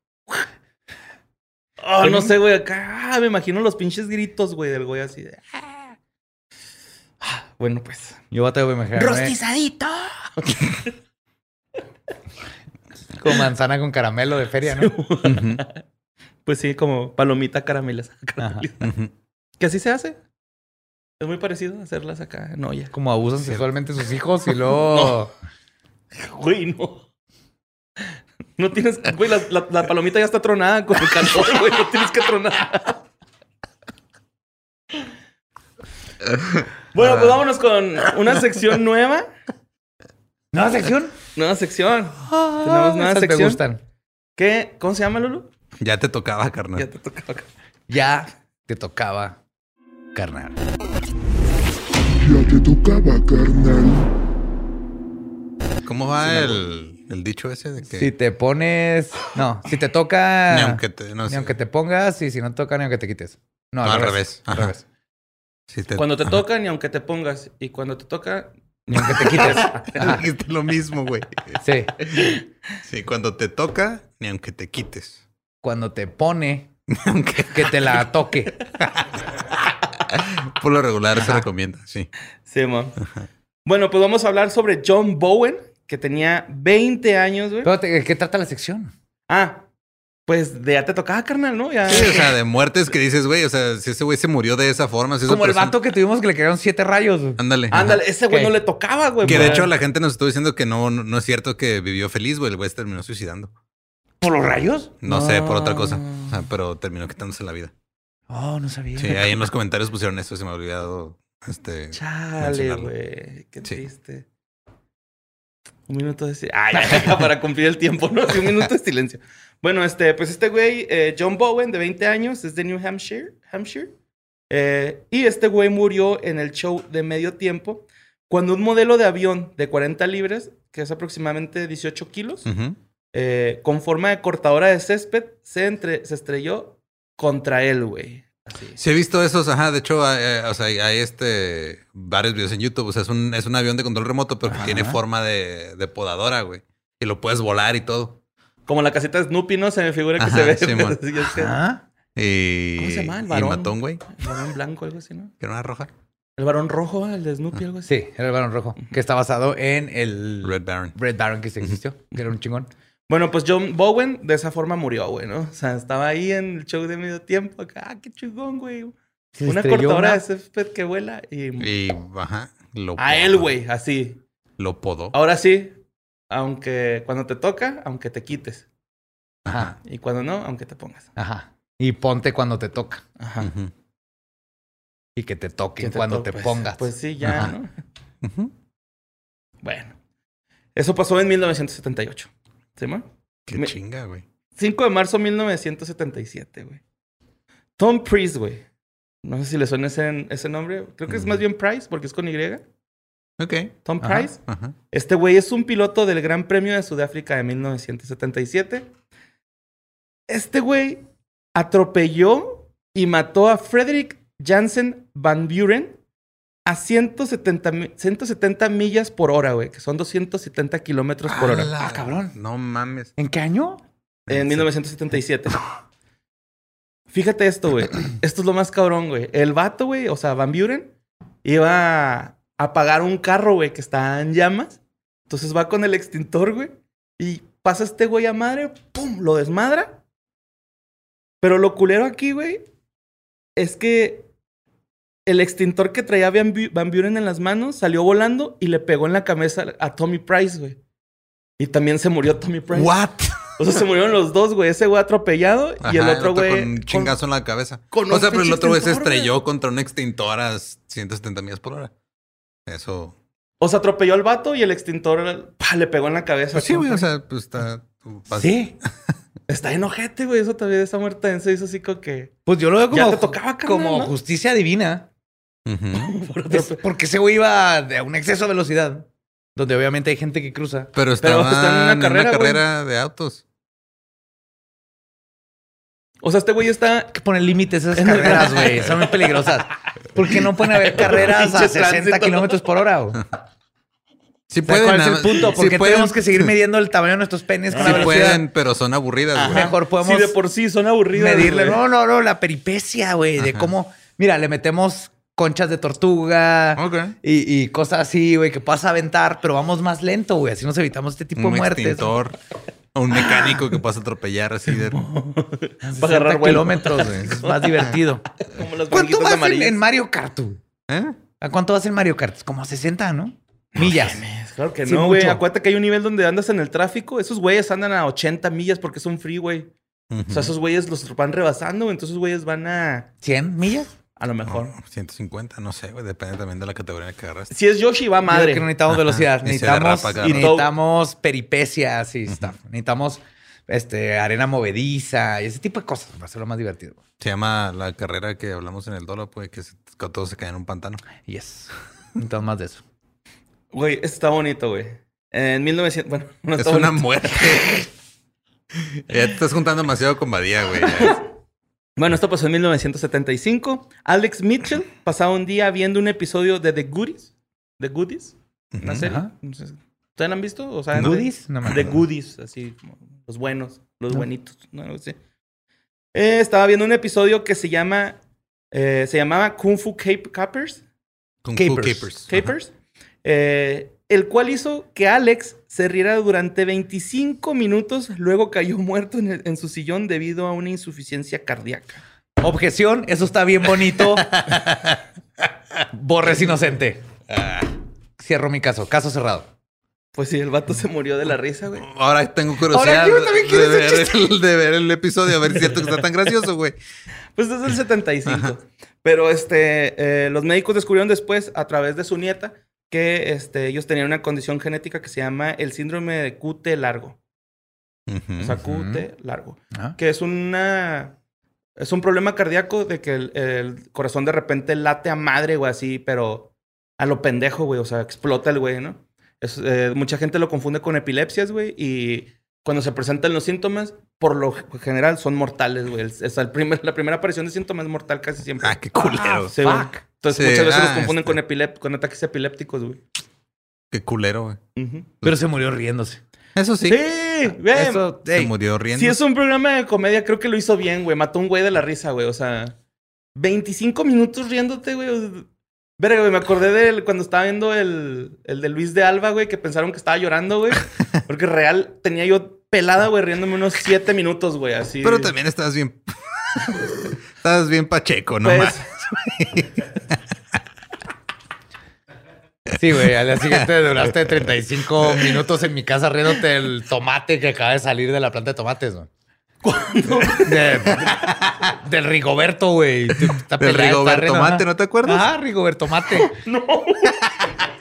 Speaker 2: Oh, no sé, güey. Acá ah, me imagino los pinches gritos, güey, del güey así de. "Ah". Ah, Bueno, pues.
Speaker 1: Yo te voy a imaginar
Speaker 2: ¡Rostizadito!
Speaker 1: con manzana con caramelo de feria, ¿no?
Speaker 2: Pues sí, como palomita carameliza. caramelizada.
Speaker 3: Ujú.
Speaker 2: Que así se hace. Es muy parecido a hacerlas acá en olla.
Speaker 1: Como abusan sexualmente sus hijos y luego
Speaker 2: Güey, no. No tienes, güey, la, la- la palomita ya está tronada con el calor, güey. No tienes que tronar. Bueno, pues vámonos con una sección nueva.
Speaker 1: no. sección?
Speaker 2: Nueva sección. Tenemos nueva
Speaker 1: Esas me
Speaker 2: sección.
Speaker 1: gustan.
Speaker 2: ¿Qué? ¿Cómo se llama, Lulu?
Speaker 3: Ya te tocaba,
Speaker 2: Ah,
Speaker 3: carnal.
Speaker 2: Ya te tocaba.
Speaker 1: Ya te tocaba, carnal.
Speaker 4: Ya te tocaba, carnal.
Speaker 3: ¿Cómo va el, el dicho ese de que
Speaker 1: Si te pones. No, si te toca.
Speaker 3: ni aunque te, no,
Speaker 1: ni
Speaker 3: sí,
Speaker 1: aunque te pongas y si no toca, ni aunque te quites. No, al, revés. al
Speaker 3: ajá.
Speaker 1: revés.
Speaker 3: Si te-
Speaker 2: Cuando te
Speaker 3: ajá.
Speaker 2: toca, ni aunque te pongas. Y cuando te toca,
Speaker 1: Ni aunque te quites. Ajá.
Speaker 3: Dijiste lo mismo, güey.
Speaker 1: Sí.
Speaker 3: Sí, cuando te toca, ni aunque te quites.
Speaker 1: Cuando te pone,
Speaker 3: Aunque
Speaker 1: que te la toque.
Speaker 3: por lo regular se recomienda, sí.
Speaker 2: Sí, man. Bueno, pues vamos a hablar sobre John Bowen, que tenía 20 años, güey.
Speaker 1: Pero, ¿de ¿Qué trata la sección?
Speaker 2: Ah, pues de ya te tocaba, carnal, ¿no? Ya.
Speaker 3: Sí, o sea, de muertes que dices, güey, o sea, si ese güey se murió de esa forma, si esa
Speaker 1: Como el
Speaker 3: persona-
Speaker 1: vato que tuvimos que le quedaron siete rayos. güey.
Speaker 3: Ándale. ajá.
Speaker 2: Ándale, ese güey
Speaker 1: Ok.
Speaker 2: no le tocaba, güey.
Speaker 3: Que de
Speaker 2: pues.
Speaker 3: hecho la gente nos estuvo diciendo que no, no, no es cierto que vivió feliz, güey. El güey se terminó suicidando.
Speaker 1: ¿Por los rayos?
Speaker 3: No, sé, por otra cosa.
Speaker 2: No.
Speaker 3: O sea, pero terminó quitándose la vida.
Speaker 1: Oh, no sabía.
Speaker 3: Sí, ahí en los comentarios pusieron eso, se me ha olvidado. Este.
Speaker 2: Chale,
Speaker 3: mencionarlo.
Speaker 2: güey. Qué
Speaker 3: Sí.
Speaker 2: triste. Un minuto de silencio. Ay, ya, para cumplir el tiempo, ¿no? Sí, un minuto de silencio. Bueno, este, pues este güey, eh, John Bowen, de 20 años, es de New Hampshire. Hampshire Eh, y este güey murió en el show de medio tiempo cuando un modelo de avión de 40 libras, que es aproximadamente 18 kilos,
Speaker 3: Ujú.
Speaker 2: eh, con forma de cortadora de césped, se, entre, se estrelló contra él, güey. Así.
Speaker 3: Sí, he visto esos, ajá. De hecho, hay, eh, o sea, hay, hay, este varios videos en YouTube. O sea, es un, es un avión de control remoto, pero que
Speaker 1: Ajá.
Speaker 3: tiene forma de, de podadora, güey. Y lo puedes volar y todo.
Speaker 2: Como la caseta de Snoopy, ¿no? Se me figura que
Speaker 3: Ajá,
Speaker 2: se ve.
Speaker 3: Simón.
Speaker 2: Sí, es que-
Speaker 1: Ah,
Speaker 3: Y,
Speaker 2: ¿Cómo se llama el
Speaker 3: y
Speaker 2: varón?
Speaker 3: matón, güey.
Speaker 2: El varón blanco, algo así, ¿no?
Speaker 3: Que era una roja.
Speaker 2: El varón rojo, el de Snoopy, algo así.
Speaker 1: Sí, era el varón rojo. Que está basado en el
Speaker 3: Red Baron.
Speaker 1: Red Baron que sí existió. Que era un chingón.
Speaker 2: Bueno, pues John Bowen de esa forma murió, güey, ¿no? O sea, estaba ahí en el show de medio tiempo. Acá, ah, qué chingón, güey.
Speaker 1: Se
Speaker 2: Una
Speaker 1: estrelló
Speaker 2: cortadora
Speaker 1: una-
Speaker 2: de césped que vuela y...
Speaker 3: Y, ajá. Lo
Speaker 2: A
Speaker 3: podó.
Speaker 2: él, güey, Oh, así.
Speaker 3: Lo podó.
Speaker 2: Ahora sí, aunque cuando te toca, aunque te quites.
Speaker 1: Ajá.
Speaker 2: Y cuando no, aunque te pongas.
Speaker 1: Ajá. Y ponte cuando te toca.
Speaker 2: Ajá.
Speaker 3: Ujú.
Speaker 1: Y que te toquen
Speaker 2: Que te
Speaker 1: cuando
Speaker 2: to-
Speaker 1: te
Speaker 2: pues-
Speaker 1: pongas.
Speaker 2: Pues sí, ya,
Speaker 3: Ajá.
Speaker 2: ¿no?
Speaker 3: Ujú.
Speaker 2: Bueno. Eso pasó en 1978. ¿Sí, man?
Speaker 3: Qué
Speaker 2: Me-
Speaker 3: chinga, güey.
Speaker 2: 5 de marzo de 1977, güey. Tom Price, güey. No sé si le suena ese, ese nombre. Creo que es
Speaker 3: Ujú.
Speaker 2: más bien Price, porque es con Y.
Speaker 3: Ok.
Speaker 2: Tom
Speaker 3: Ajá,
Speaker 2: Price.
Speaker 3: Ajá.
Speaker 2: Este güey es un piloto del Gran Premio de Sudáfrica de 1977. Este güey atropelló y mató a Frederick Jansen Van Buren a 170, mi- 170 millas por hora, güey, que son 270 kilómetros por hora.
Speaker 3: ¡Hala!
Speaker 1: Ah, cabrón.
Speaker 3: No mames.
Speaker 1: ¿En qué año?
Speaker 2: En 1977. Fíjate esto, güey. Esto es lo más cabrón, güey. El vato, güey, o sea, Van Buren, iba a apagar un carro, güey, que está en llamas. Entonces va con el extintor, güey. Y pasa este güey a madre, ¡pum! Lo desmadra. Pero lo culero aquí, güey, es que el extintor que traía Van Bu- Van Buren en las manos salió volando y le pegó en la cabeza a Tommy Price, güey. Y también se murió Tommy Price.
Speaker 3: ¿What?
Speaker 2: O sea, se murieron los dos, güey. Ese güey atropellado y el
Speaker 3: Ajá,
Speaker 2: otro güey.
Speaker 3: Con un
Speaker 2: con-
Speaker 3: chingazo en la cabeza.
Speaker 2: con
Speaker 3: o
Speaker 2: un
Speaker 3: sea, pero el
Speaker 2: pinche
Speaker 3: otro güey se
Speaker 2: extintor, güey.
Speaker 3: estrelló contra un extintor a 170 millas por hora. Eso.
Speaker 2: O sea, atropelló al vato y el extintor pa, le pegó en la cabeza.
Speaker 3: Pues sí, güey. O sea, pues está. vas-
Speaker 1: Sí.
Speaker 2: Está enojete, güey. Eso también, esa muertense hizo así como que.
Speaker 1: Pues yo lo veo
Speaker 2: Ya
Speaker 1: como,
Speaker 2: te tocaba, carnal,
Speaker 1: como
Speaker 2: ¿no?
Speaker 1: justicia divina.
Speaker 3: Ujú.
Speaker 1: Es porque ese güey iba de- a un exceso de velocidad. Donde obviamente hay gente que cruza.
Speaker 3: Pero
Speaker 2: Pero
Speaker 3: estaban
Speaker 2: están en una
Speaker 3: en una
Speaker 2: carrera,
Speaker 3: carrera,
Speaker 2: güey.
Speaker 3: de autos.
Speaker 2: O sea, este güey está.
Speaker 1: Hay que poner límites a esas carreras, güey. Son muy peligrosas. Porque no pueden haber carreras a
Speaker 2: Pinche
Speaker 1: 60
Speaker 2: tránsito.
Speaker 1: kilómetros por hora. güey.
Speaker 3: Sí
Speaker 1: ¿Sabes
Speaker 3: pueden.
Speaker 1: ¿Cuál es
Speaker 3: nada
Speaker 1: el
Speaker 3: más-
Speaker 1: punto?
Speaker 3: sí
Speaker 1: Porque
Speaker 3: pueden,
Speaker 1: tenemos que seguir midiendo el tamaño de nuestros penes
Speaker 3: Sí
Speaker 1: con la velocidad.
Speaker 3: pueden, pero son aburridas, güey.
Speaker 1: Mejor podemos-
Speaker 2: Si de por sí son aburridos.
Speaker 1: medirle.
Speaker 2: güey.
Speaker 1: No, no, no, la peripecia, güey, de
Speaker 3: Ajá.
Speaker 1: cómo. Mira, le metemos conchas de tortuga
Speaker 3: Ok.
Speaker 1: y, y cosas así, güey, que pasa a aventar, pero vamos más lento, güey. Así nos evitamos este tipo
Speaker 3: Un
Speaker 1: de muertes.
Speaker 3: extintor. o Un mecánico que pasa a atropellar así de.
Speaker 1: Va
Speaker 2: Para agarrar vuelo.
Speaker 1: kilómetros, güey. Es más divertido.
Speaker 2: Como las
Speaker 1: ¿Cuánto
Speaker 2: manguitas
Speaker 1: vas en,
Speaker 2: amarillas.
Speaker 1: en Mario Kart, güey?
Speaker 3: ¿Eh?
Speaker 1: ¿A cuánto vas en Mario Kart? Como a 60, ¿no? Millas.
Speaker 2: Claro que
Speaker 1: Sí,
Speaker 2: no, güey.
Speaker 1: mucho.
Speaker 2: Acuérdate que hay un nivel donde andas en el tráfico. Esos güeyes andan a 80 millas porque es un freeway. O sea,
Speaker 3: Ujú.
Speaker 2: esos güeyes los van rebasando. güey. Entonces, esos güeyes van a.
Speaker 1: ¿100 millas?
Speaker 2: A lo mejor.
Speaker 3: No, 150, no sé, güey. Depende también de la categoría que agarraste.
Speaker 2: Si es Yoshi, va
Speaker 1: Yo creo
Speaker 2: madre.
Speaker 1: que no necesitamos
Speaker 3: Ajá.
Speaker 1: velocidad.
Speaker 3: Y se
Speaker 1: Necesitamos,
Speaker 3: derrapa, claro.
Speaker 1: y necesitamos peripecias y stuff. Necesitamos este, arena movediza y ese tipo de cosas para hacerlo más divertido.
Speaker 3: Se llama la carrera que hablamos en el dólar, pues, que, se- que todos se caen en un pantano.
Speaker 1: Yes. Necesitamos más de eso.
Speaker 2: Güey, esto está bonito, güey. En 1900. Bueno, no
Speaker 3: Es
Speaker 2: está
Speaker 3: una
Speaker 2: bonito.
Speaker 3: muerte. ya te estás juntando demasiado con Badía, güey. ya.
Speaker 2: Bueno, esto pasó en 1975. Alex Mitchell pasaba un día viendo un episodio de The Goodies. The Goodies. Una
Speaker 3: Ujú.
Speaker 2: serie.
Speaker 1: Mm, Ajá.
Speaker 2: No sé. ¿Ustedes la han visto? O sea,
Speaker 1: ¿Goodies? No me
Speaker 2: De
Speaker 1: acuerdo.
Speaker 2: goodies, así, como los buenos, los
Speaker 1: No.
Speaker 2: buenitos, no, no sé. Eh, estaba viendo un episodio que se llama, eh, se llamaba Kung Fu Cap Capers,
Speaker 3: Kung Fu
Speaker 1: Capers.
Speaker 3: Capers.
Speaker 2: Capers eh, el cual hizo que Alex se riera durante 25 minutos, luego cayó muerto en, el- en su sillón debido a una insuficiencia cardíaca.
Speaker 1: Objeción, eso está bien bonito. Borres inocente. Cierro mi caso. Caso cerrado.
Speaker 2: Pues sí, el vato se murió de la risa, güey.
Speaker 3: Ajá. Ahora tengo curiosidad
Speaker 1: Ahora yo también quiero
Speaker 3: de, ver
Speaker 1: ese
Speaker 3: el, de ver el episodio, a ver si es cierto que está tan gracioso, güey.
Speaker 2: Pues desde el 75. Pero este, eh, los médicos descubrieron después, a través de su nieta, que este, ellos tenían una condición genética que se llama el síndrome de QT largo.
Speaker 3: Ujú.
Speaker 2: O sea,
Speaker 1: Ujú.
Speaker 2: QT largo.
Speaker 1: Ajá.
Speaker 2: Que es una. Es un problema cardíaco de que el, el corazón de repente late a madre, güey, así, pero a lo pendejo, güey. O sea, explota el güey, ¿no? Es, eh, mucha gente lo confunde con epilepsias, güey, y cuando se presentan los síntomas, por lo general son mortales, güey. Es, es el primer- la primera aparición de síntomas es mortal casi siempre.
Speaker 3: Ah, qué culero.
Speaker 2: Sí, güey.
Speaker 1: Fuck.
Speaker 2: Entonces
Speaker 3: Sí,
Speaker 2: muchas veces
Speaker 3: ah,
Speaker 2: los confunden
Speaker 3: este.
Speaker 2: con, epilep- con ataques epilépticos, güey.
Speaker 3: Qué culero, güey.
Speaker 2: Ujú.
Speaker 1: Pero se murió riéndose.
Speaker 3: Eso sí.
Speaker 2: Sí, güey.
Speaker 1: Eso,
Speaker 3: Se
Speaker 1: ey,
Speaker 3: murió riendo.
Speaker 2: Si es un programa de comedia, creo que lo hizo bien, güey. Mató a un güey de la risa, güey. O sea, 25 minutos riéndote, güey. O sea, Verga, güey, me acordé del cuando estaba viendo el, el de Luis de Alba, güey, que pensaron que estaba llorando, güey. Porque real tenía yo pelada, güey, riéndome unos 7 minutos, güey, así.
Speaker 3: Pero también estás bien. estás bien pacheco, no
Speaker 2: Pues,
Speaker 3: más.
Speaker 1: Sí, güey. A la siguiente duraste 35 minutos en mi casa riéndote del tomate que acaba de salir de la planta de tomates, güey. ¿Cuándo? del Rigoberto, güey. Está pelada,
Speaker 3: Del
Speaker 1: está
Speaker 3: Rigoberto
Speaker 1: riendo,
Speaker 3: Mate,
Speaker 1: ajá.
Speaker 3: ¿no te acuerdas?
Speaker 1: Ajá, Rigoberto Mate. No.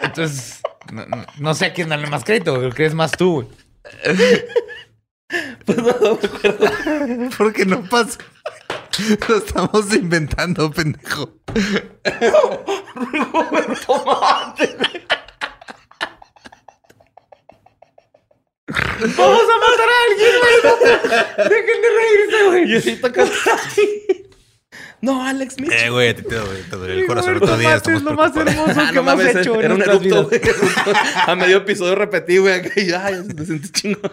Speaker 1: Entonces, no, no- no sé a quién darle más crédito. Creo que es más tú, güey.
Speaker 2: pues, no, no me acuerdo.
Speaker 3: Porque no pasa. Lo estamos inventando, pendejo.
Speaker 2: ¡Vamos a matar a alguien, güey! ¡Dejen de reírse, güey! Y así tocando así. No, Alex Mitchell.
Speaker 3: Eh, güey, te, te, te dolió el corazón el otro día. Estamos preocupados.
Speaker 1: hermoso
Speaker 2: Ah, no mames, era un eructo, güey. A medio episodio repetí, güey. acá, y yo, Ay, me sentí chingón.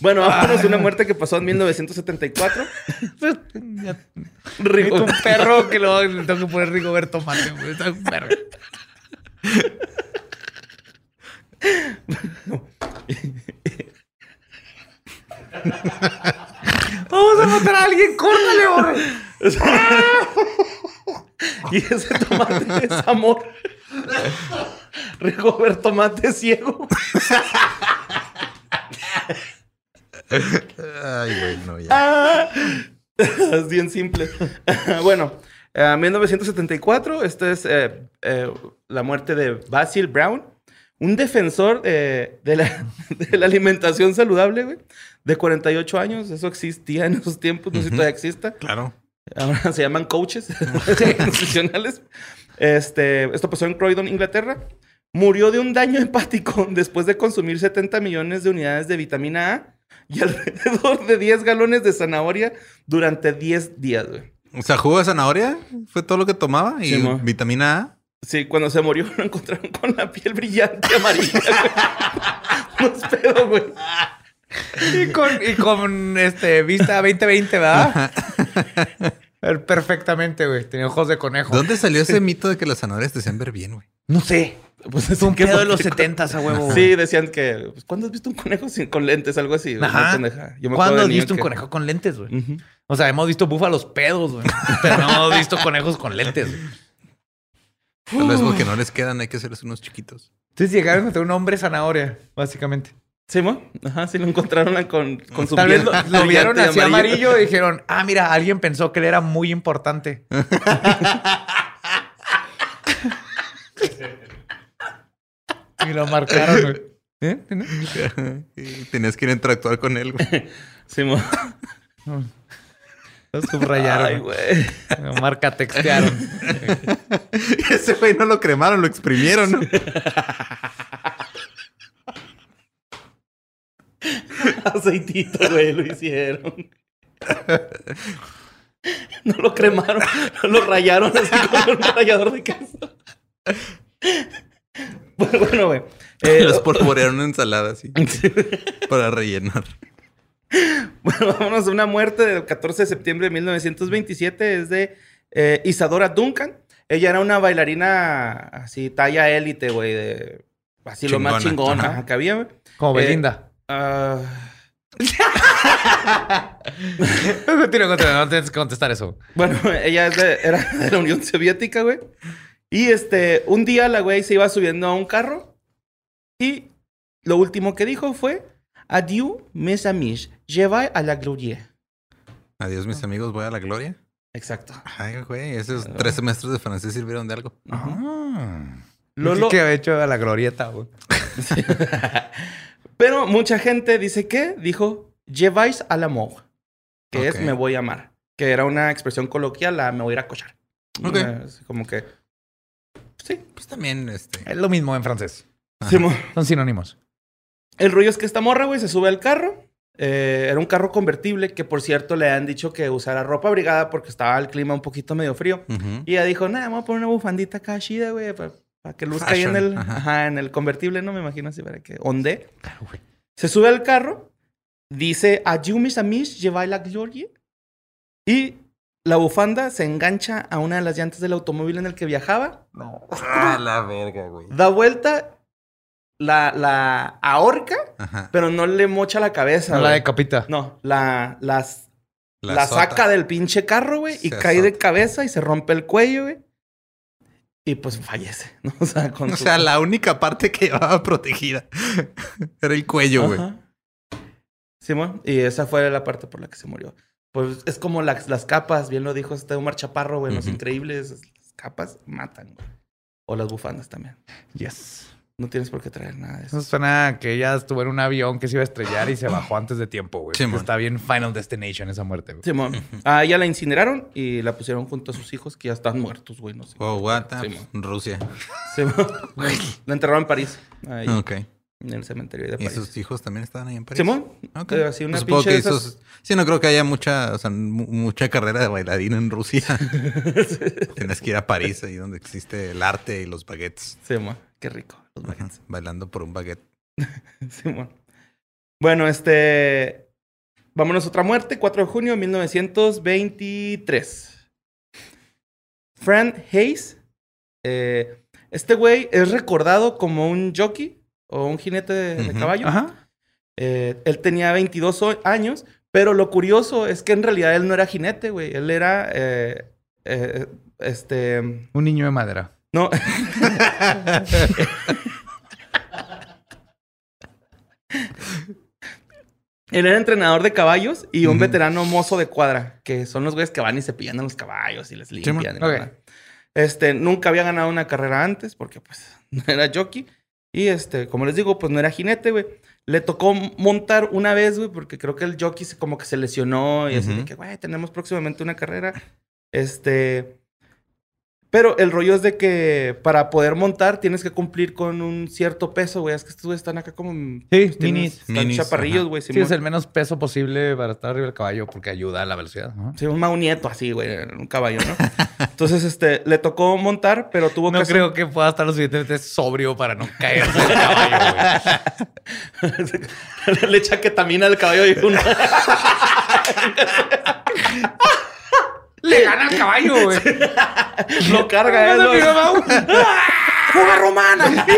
Speaker 2: Bueno, vámonos a una muerte que pasó en 1974.
Speaker 1: Es
Speaker 2: Rico.
Speaker 1: un perro que luego le tengo que poner Rigoberto Mate, güey. Está un perro. Vamos a matar a alguien, córtale, güey.
Speaker 2: Y ese tomate es amor. Rigoberto Mate ciego.
Speaker 3: Ay, güey, no, ya.
Speaker 2: Ah. Es bien simple. bueno, eh, en 1974, esta es eh, eh, la muerte de Basil Brown, un defensor eh, de, la, de la alimentación saludable, güey, de 48 años. Eso existía en esos tiempos, no sé si
Speaker 3: Ujú.
Speaker 2: todavía exista.
Speaker 3: Claro.
Speaker 2: Ahora se llaman coaches nutricionales. Este, esto pasó en Croydon, Inglaterra. Murió de un daño hepático después de consumir 70 millones de unidades de vitamina A y alrededor de 10 galones de zanahoria durante 10 días, güey.
Speaker 3: O sea, jugo de zanahoria fue todo lo que tomaba y
Speaker 2: Sí, mo.
Speaker 3: vitamina A.
Speaker 2: Sí, cuando se murió lo encontraron con la piel brillante amarilla, güey. No es pedo, güey.
Speaker 1: Y con, y con este, vista 2020, ¿verdad? Él Perfectamente, güey. Tenía ojos de conejo.
Speaker 3: ¿Dónde salió ese mito de que las zanahorias te hacían ver bien, güey?
Speaker 1: No sé.
Speaker 2: Pues
Speaker 1: Es un pedo de los 70 a huevo.
Speaker 2: Sí, decían que... pues, ¿Cuándo has visto un conejo sin, con lentes? Algo así. güey, una
Speaker 1: Ajá.
Speaker 2: pendeja. Yo me acuerdo
Speaker 1: ¿Cuándo
Speaker 2: de
Speaker 1: has
Speaker 2: niño
Speaker 1: visto un
Speaker 2: que- Mm.
Speaker 1: conejo con lentes, güey?
Speaker 2: Ujú.
Speaker 1: O sea, hemos visto búfalos pedos, güey. Pero no hemos visto conejos con lentes. güey.
Speaker 3: Tal vez porque no les quedan, hay que hacerles unos chiquitos.
Speaker 1: Entonces llegaron contra un hombre zanahoria, básicamente.
Speaker 2: Sí, mo? Ajá, sí lo encontraron con, con su
Speaker 1: Tal vez
Speaker 2: piel
Speaker 1: lo, lo
Speaker 2: brillante
Speaker 1: vieron
Speaker 2: y
Speaker 1: así amarillo y dijeron, ah, mira, alguien pensó que él era muy importante. y lo marcaron, güey. ¿Eh? ¿No?
Speaker 3: y tenías que ir a interactuar con él, güey.
Speaker 2: Sí, mo. Ay,
Speaker 1: Subrayaron.
Speaker 2: güey.
Speaker 1: Marca textearon.
Speaker 3: Ese güey no lo cremaron, lo exprimieron. ¿no?
Speaker 2: Aceitito, güey, lo hicieron. No lo cremaron, no lo rayaron así con un rallador de queso. Bueno, bueno, güey. Eh,
Speaker 3: Los polvorearon en ensalada así para rellenar.
Speaker 2: Bueno, vámonos. Una muerte del 14 de septiembre de 1927 es de eh, Isadora Duncan. Ella era una bailarina así, talla élite, güey, de- así lo más
Speaker 3: Chingona,
Speaker 2: chingona
Speaker 3: ajá.
Speaker 2: que había, güey.
Speaker 1: Como
Speaker 2: Eh,
Speaker 1: Belinda.
Speaker 2: Ah,
Speaker 1: Continúa, continúa, no tienes que contestar eso.
Speaker 2: bueno, ella es de- era de la Unión Soviética, güey. Y este, un día la güey se iba subiendo a un carro y lo último que dijo fue: Adieu, mes amis, je vais a la gloria.
Speaker 3: Adiós,
Speaker 2: Ah.
Speaker 3: mis amigos, voy a la gloria.
Speaker 2: Exacto.
Speaker 3: Ay, güey, esos
Speaker 2: Ah.
Speaker 3: tres semestres de francés sirvieron de algo. Ah.
Speaker 2: Lolo-
Speaker 1: ¿Qué ha hecho a la glorieta, güey?
Speaker 2: Pero mucha gente dice que dijo lleváis al amor, que es
Speaker 3: Ok.
Speaker 2: me voy a amar, que era una expresión coloquial a me voy a ir a cochar.
Speaker 3: Ok.
Speaker 2: Eh, así como que sí.
Speaker 3: Pues también, este.
Speaker 1: Es lo mismo en francés.
Speaker 2: Simón.
Speaker 1: Son sinónimos.
Speaker 2: El rollo es que esta morra, güey, se sube al carro. Eh, era un carro convertible que, por cierto, le han dicho que usara ropa abrigada porque estaba el clima un poquito medio frío.
Speaker 3: ujú.
Speaker 2: Y ella dijo, nada, me voy a poner una bufandita acá chida, güey, para que luzca ahí en
Speaker 3: Fashion,
Speaker 2: el,
Speaker 3: ajá.
Speaker 2: ajá, en el convertible, ¿no? Me imagino así para que onde.
Speaker 1: Claro, güey.
Speaker 2: Se sube al carro, dice, adiós mis amis, lleváis la gloria. Y la bufanda se engancha a una de las llantas del automóvil en el que viajaba,
Speaker 3: Ah, la verga, güey.
Speaker 2: da vuelta, la, la ahorca,
Speaker 3: Ajá.
Speaker 2: pero no le mocha la cabeza.
Speaker 1: No la
Speaker 2: güey.
Speaker 1: decapita.
Speaker 2: No, la, las- la,
Speaker 3: sota.
Speaker 2: saca del pinche carro, güey, y
Speaker 3: Se
Speaker 2: cae de
Speaker 3: azota.
Speaker 2: cabeza y se rompe el cuello, güey. Y pues fallece, ¿no? O sea, con
Speaker 3: O
Speaker 2: su-
Speaker 3: sea, la única parte que llevaba protegida era el cuello, güey.
Speaker 2: Ajá. Simón, y esa fue la parte por la que se murió. Pues es como las, las capas, bien lo dijo este Omar Chaparro, güey, en los
Speaker 3: Ujú.
Speaker 2: increíbles, las capas matan, güey. O las bufandas también.
Speaker 1: Yes.
Speaker 2: No tienes por qué traer nada de
Speaker 1: Eso
Speaker 2: eso.
Speaker 1: suena a que ella estuvo en un avión que se iba a estrellar y se bajó antes de tiempo, güey.
Speaker 3: Simón.
Speaker 1: Está bien Final Destination esa muerte, güey.
Speaker 2: Simón, a ella la incineraron y la pusieron junto a sus hijos que ya están muertos, güey, no sé.
Speaker 3: Oh, what? Ah,
Speaker 2: Sí,
Speaker 3: pues, Rusia.
Speaker 2: Simón. la enterraron en París, ahí,
Speaker 3: Ok.
Speaker 2: en el cementerio de
Speaker 3: ¿Y
Speaker 2: París.
Speaker 3: sus hijos también estaban ahí en París?
Speaker 2: Simón,
Speaker 3: Ok.
Speaker 2: eh, así una
Speaker 3: Pues supongo
Speaker 2: pinche
Speaker 3: que
Speaker 2: de esas-
Speaker 3: esos- Sí, no creo que haya mucha, o sea, mu- mucha carrera de bailarín en Rusia. Tienes que ir a París, ahí donde existe el arte y los baguettes.
Speaker 2: Simón, qué rico, los
Speaker 3: Ajá,
Speaker 2: baguettes.
Speaker 3: Bailando por un baguette.
Speaker 2: Simón. Bueno, este. Vámonos a otra muerte, 4 de junio de 1923. Fran Hayes. eh, este güey es recordado como un jockey o un jinete de, de
Speaker 3: Ujú.
Speaker 2: caballo.
Speaker 1: Ajá.
Speaker 2: Eh, él tenía 22 o- años, pero lo curioso es que en realidad él no era jinete, güey. Él era. eh, eh, este.
Speaker 1: Un niño de madera.
Speaker 2: No. Él era entrenador de caballos y un
Speaker 3: Ujú.
Speaker 2: veterano mozo de cuadra, que son los güeyes que van y se pillan a los caballos y les limpian. y
Speaker 3: man.
Speaker 2: la
Speaker 1: Ok.
Speaker 2: verdad. Este, nunca había ganado una carrera antes porque, pues, no era jockey. Y, este, como les digo, pues no era jinete, güey. Le tocó montar una vez, güey, porque creo que el jockey se, como que se lesionó y así de
Speaker 3: Ujú.
Speaker 2: que, güey, tenemos próximamente una carrera. Este. Pero el rollo es de que para poder montar tienes que cumplir con un cierto peso, güey. Es que estos güeyes están acá como.
Speaker 1: Sí,
Speaker 2: pues, tienen-
Speaker 1: minis.
Speaker 2: Están
Speaker 3: Minis,
Speaker 2: chaparrillos,
Speaker 3: ajá.
Speaker 2: güey.
Speaker 1: Sí,
Speaker 2: Simón.
Speaker 1: es el menos peso posible para estar arriba del caballo porque ayuda a la velocidad. ¿no?
Speaker 2: Sí, un maunieto así, güey, en un caballo, ¿no? Entonces, este, le tocó montar, pero tuvo
Speaker 1: No
Speaker 2: que...
Speaker 1: creo que pueda estar lo suficientemente sobrio para no caerse del caballo, güey.
Speaker 2: le echa ketamina al caballo y una...
Speaker 1: Le gana al caballo, güey.
Speaker 2: lo carga, ¿eh? Lo- ¡Fuga romana!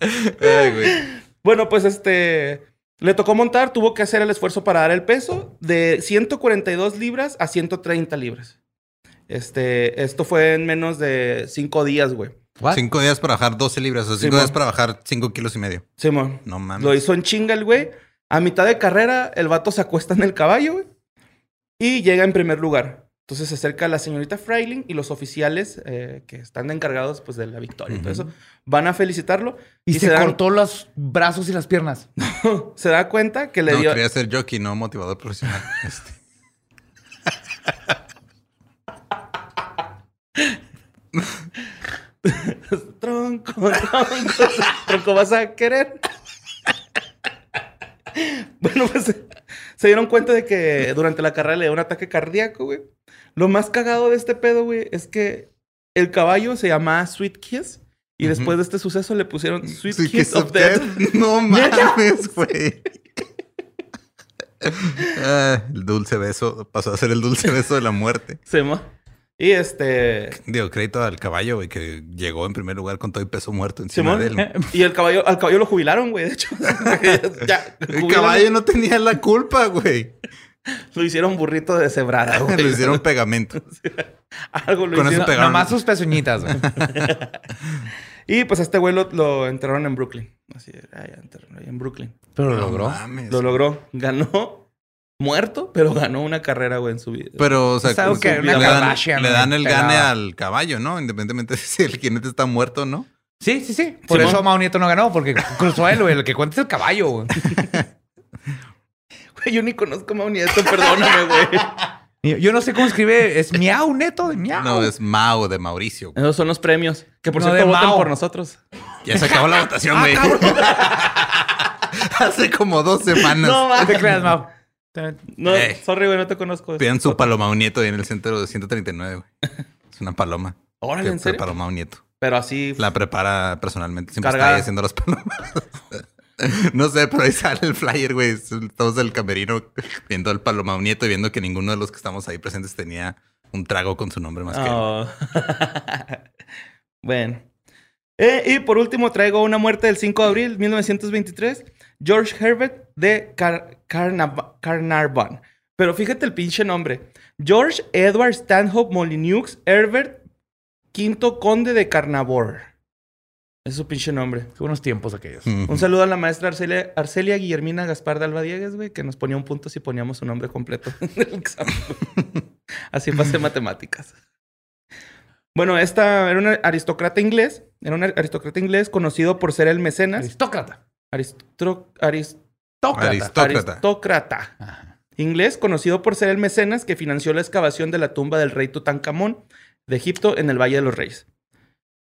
Speaker 3: Ay, güey.
Speaker 2: bueno, pues, este... Le tocó montar, tuvo que hacer el esfuerzo para dar el peso de 142 libras a 130 libras. Este, esto fue en menos de 5 días, güey.
Speaker 1: What?
Speaker 3: Cinco días para bajar 12 libras, o cinco
Speaker 2: Simón.
Speaker 3: días para bajar cinco kilos y medio.
Speaker 2: Simón.
Speaker 3: No mames.
Speaker 2: Lo hizo en chinga el güey. A mitad de carrera, el vato se acuesta en el caballo, güey. Y llega en primer lugar. Entonces se acerca la señorita Freiling y los oficiales eh, que están encargados pues, de la victoria y todo eso van a felicitarlo.
Speaker 1: Y, se,
Speaker 2: dan-
Speaker 1: cortó los brazos y las piernas.
Speaker 2: se da cuenta que le
Speaker 3: no,
Speaker 2: dio.
Speaker 3: quería ser jockey, no motivador profesional. Este.
Speaker 2: Tronco, tronco, tronco, vas a querer. Bueno, pues se dieron cuenta de que durante la carrera le dio un ataque cardíaco, güey. Lo más cagado de este pedo, güey, es que el caballo se llamaba Sweet Kiss y
Speaker 3: Ujú.
Speaker 2: después de este suceso le pusieron Sweet
Speaker 3: Sí,
Speaker 2: Kiss
Speaker 3: Kiss
Speaker 2: of
Speaker 3: of
Speaker 2: Death.
Speaker 3: Death. No mames, güey. Ah, el dulce beso pasó a ser el dulce beso de la muerte.
Speaker 2: Se mo- Y este.
Speaker 3: Digo, crédito al caballo, güey, que llegó en primer lugar con todo el peso muerto encima
Speaker 2: Simón.
Speaker 3: de él.
Speaker 2: Y el caballo, al caballo lo jubilaron, güey. De hecho, Ya,
Speaker 3: El
Speaker 2: jubilan-
Speaker 3: caballo no tenía la culpa, güey.
Speaker 2: Lo hicieron burrito de cebrada, güey.
Speaker 3: Lo hicieron pegamento.
Speaker 2: Algo lo
Speaker 3: con eso
Speaker 2: hicieron.
Speaker 3: pegaron.
Speaker 1: Nada más sus pezuñitas, güey.
Speaker 2: Y pues a este güey lo, lo enterraron en Brooklyn. Así, ah, ya enterraron ahí en Brooklyn.
Speaker 1: Pero lo
Speaker 3: No
Speaker 1: logró.
Speaker 3: mames.
Speaker 2: Lo logró. Ganó. Muerto, pero ganó una carrera, güey, en su vida.
Speaker 3: Pero, o sea,
Speaker 1: Es algo
Speaker 3: como
Speaker 1: que
Speaker 3: que
Speaker 1: una
Speaker 3: le, dan,
Speaker 1: Kardashian
Speaker 3: le dan el
Speaker 1: pegaba.
Speaker 3: gane al caballo, ¿no? Independientemente de si el jinete está muerto, ¿no?
Speaker 1: Sí, sí, sí. Por
Speaker 2: Simón.
Speaker 1: eso Mao Nieto no ganó, porque cruzó él, güey. El que cuenta es el caballo, güey.
Speaker 2: Güey, yo ni conozco a Mao Nieto, perdóname, güey.
Speaker 1: Yo- Yo no sé cómo escribe. ¿Es miau, neto? ¿De miau?
Speaker 3: No, es Mao de Mauricio. güey.
Speaker 2: Esos son los premios. Que por
Speaker 1: No,
Speaker 2: cierto
Speaker 1: de
Speaker 2: votan
Speaker 1: Mao.
Speaker 2: por nosotros.
Speaker 3: Ya se acabó
Speaker 2: Ah,
Speaker 3: la votación, güey. Hace como dos semanas.
Speaker 2: No,
Speaker 1: No
Speaker 2: va.
Speaker 1: te creas, Mao.
Speaker 2: No,
Speaker 3: Ey.
Speaker 2: sorry, güey, no te conozco.
Speaker 3: Pidan su paloma a un nieto ahí en el centro de 139, güey. Es una paloma.
Speaker 2: Órale,
Speaker 3: que
Speaker 2: ¿en serio?
Speaker 3: preparó Mao Nieto.
Speaker 2: Pero así.
Speaker 3: La prepara personalmente. Siempre
Speaker 2: Cargada.
Speaker 3: está ahí haciendo las palomas. no sé, pero ahí sale el flyer, güey. Todos del camerino viendo el paloma a un nieto y viendo que ninguno de los que estamos ahí presentes tenía un trago con su nombre más que él.
Speaker 2: Oh. bueno. Eh, y por último traigo una muerte del 5 de abril de 1923. George Herbert de Car- Carnava- Carnarvon. Pero fíjate el pinche nombre. George Edward Stanhope Molyneux Herbert, quinto conde de Carnarvon. Es su pinche nombre.
Speaker 1: Qué buenos tiempos aquellos.
Speaker 3: Ujú.
Speaker 2: Un saludo a la maestra Arcelia, Arcelia Guillermina Gaspar de Alba Diegues, güey, que nos ponía un punto si poníamos su nombre completo en el examen. Así pasé matemáticas. Bueno, esta era un aristócrata inglés. Era un aristócrata inglés conocido por ser el mecenas.
Speaker 1: Aristócrata.
Speaker 2: Aristro- aris-
Speaker 1: Aristócrata.
Speaker 3: Arist- Aristócrata.
Speaker 2: aristócrata.
Speaker 1: Ajá.
Speaker 2: Inglés conocido por ser el mecenas que financió la excavación de la tumba del rey Tutankamón de Egipto en el Valle de los Reyes.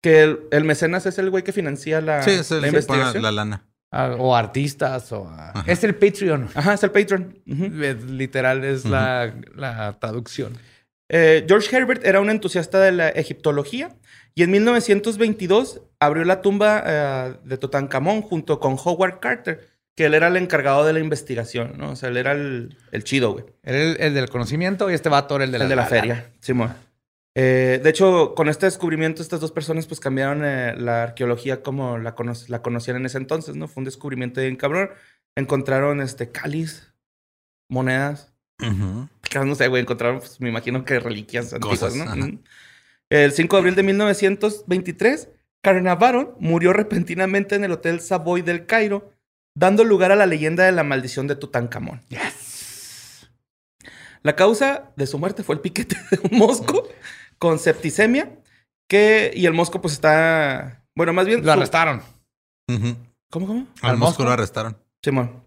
Speaker 2: Que el, el mecenas es el güey que financia la,
Speaker 3: Sí, es el
Speaker 2: la
Speaker 3: que pone la,
Speaker 2: investigación.
Speaker 3: la lana.
Speaker 1: Ah, O artistas o... ah, Es el Patreon.
Speaker 2: Ajá, es el patron. Ujú.
Speaker 1: Es- Literal es la, la traducción.
Speaker 2: Eh, George Herbert era un entusiasta de la egiptología y en 1922 abrió la tumba eh, de Tutankamón junto con Howard Carter, que él era el encargado de la investigación, ¿no? O sea, él era el, el chido, güey.
Speaker 1: Era el, el del conocimiento y este vato era el de la,
Speaker 2: el de la, feria, Simón. Eh, de hecho, con este descubrimiento, estas dos personas pues cambiaron eh, la arqueología como la, cono- la conocían en ese entonces, ¿no? Fue un descubrimiento bien cabrón. Encontraron este cáliz, monedas,
Speaker 3: Ujú.
Speaker 2: que no sé, güey, encontraron, pues, me imagino que reliquias antiguas,
Speaker 3: Cosas,
Speaker 2: ¿no?
Speaker 3: ajá.
Speaker 2: Ujú. El 5 de abril de 1923, Carnavaron murió repentinamente en el Hotel Savoy del Cairo, dando lugar a la leyenda de la maldición de Tutankamón. La causa de su muerte fue el piquete de un mosco con septicemia, que... Y el mosco, pues, está... Bueno, más bien...
Speaker 1: Lo
Speaker 2: su-
Speaker 1: arrestaron.
Speaker 3: Ujú.
Speaker 2: ¿Cómo, cómo?
Speaker 1: ¿Al
Speaker 3: Al
Speaker 1: mosco?
Speaker 3: mosco lo arrestaron.
Speaker 2: Simón.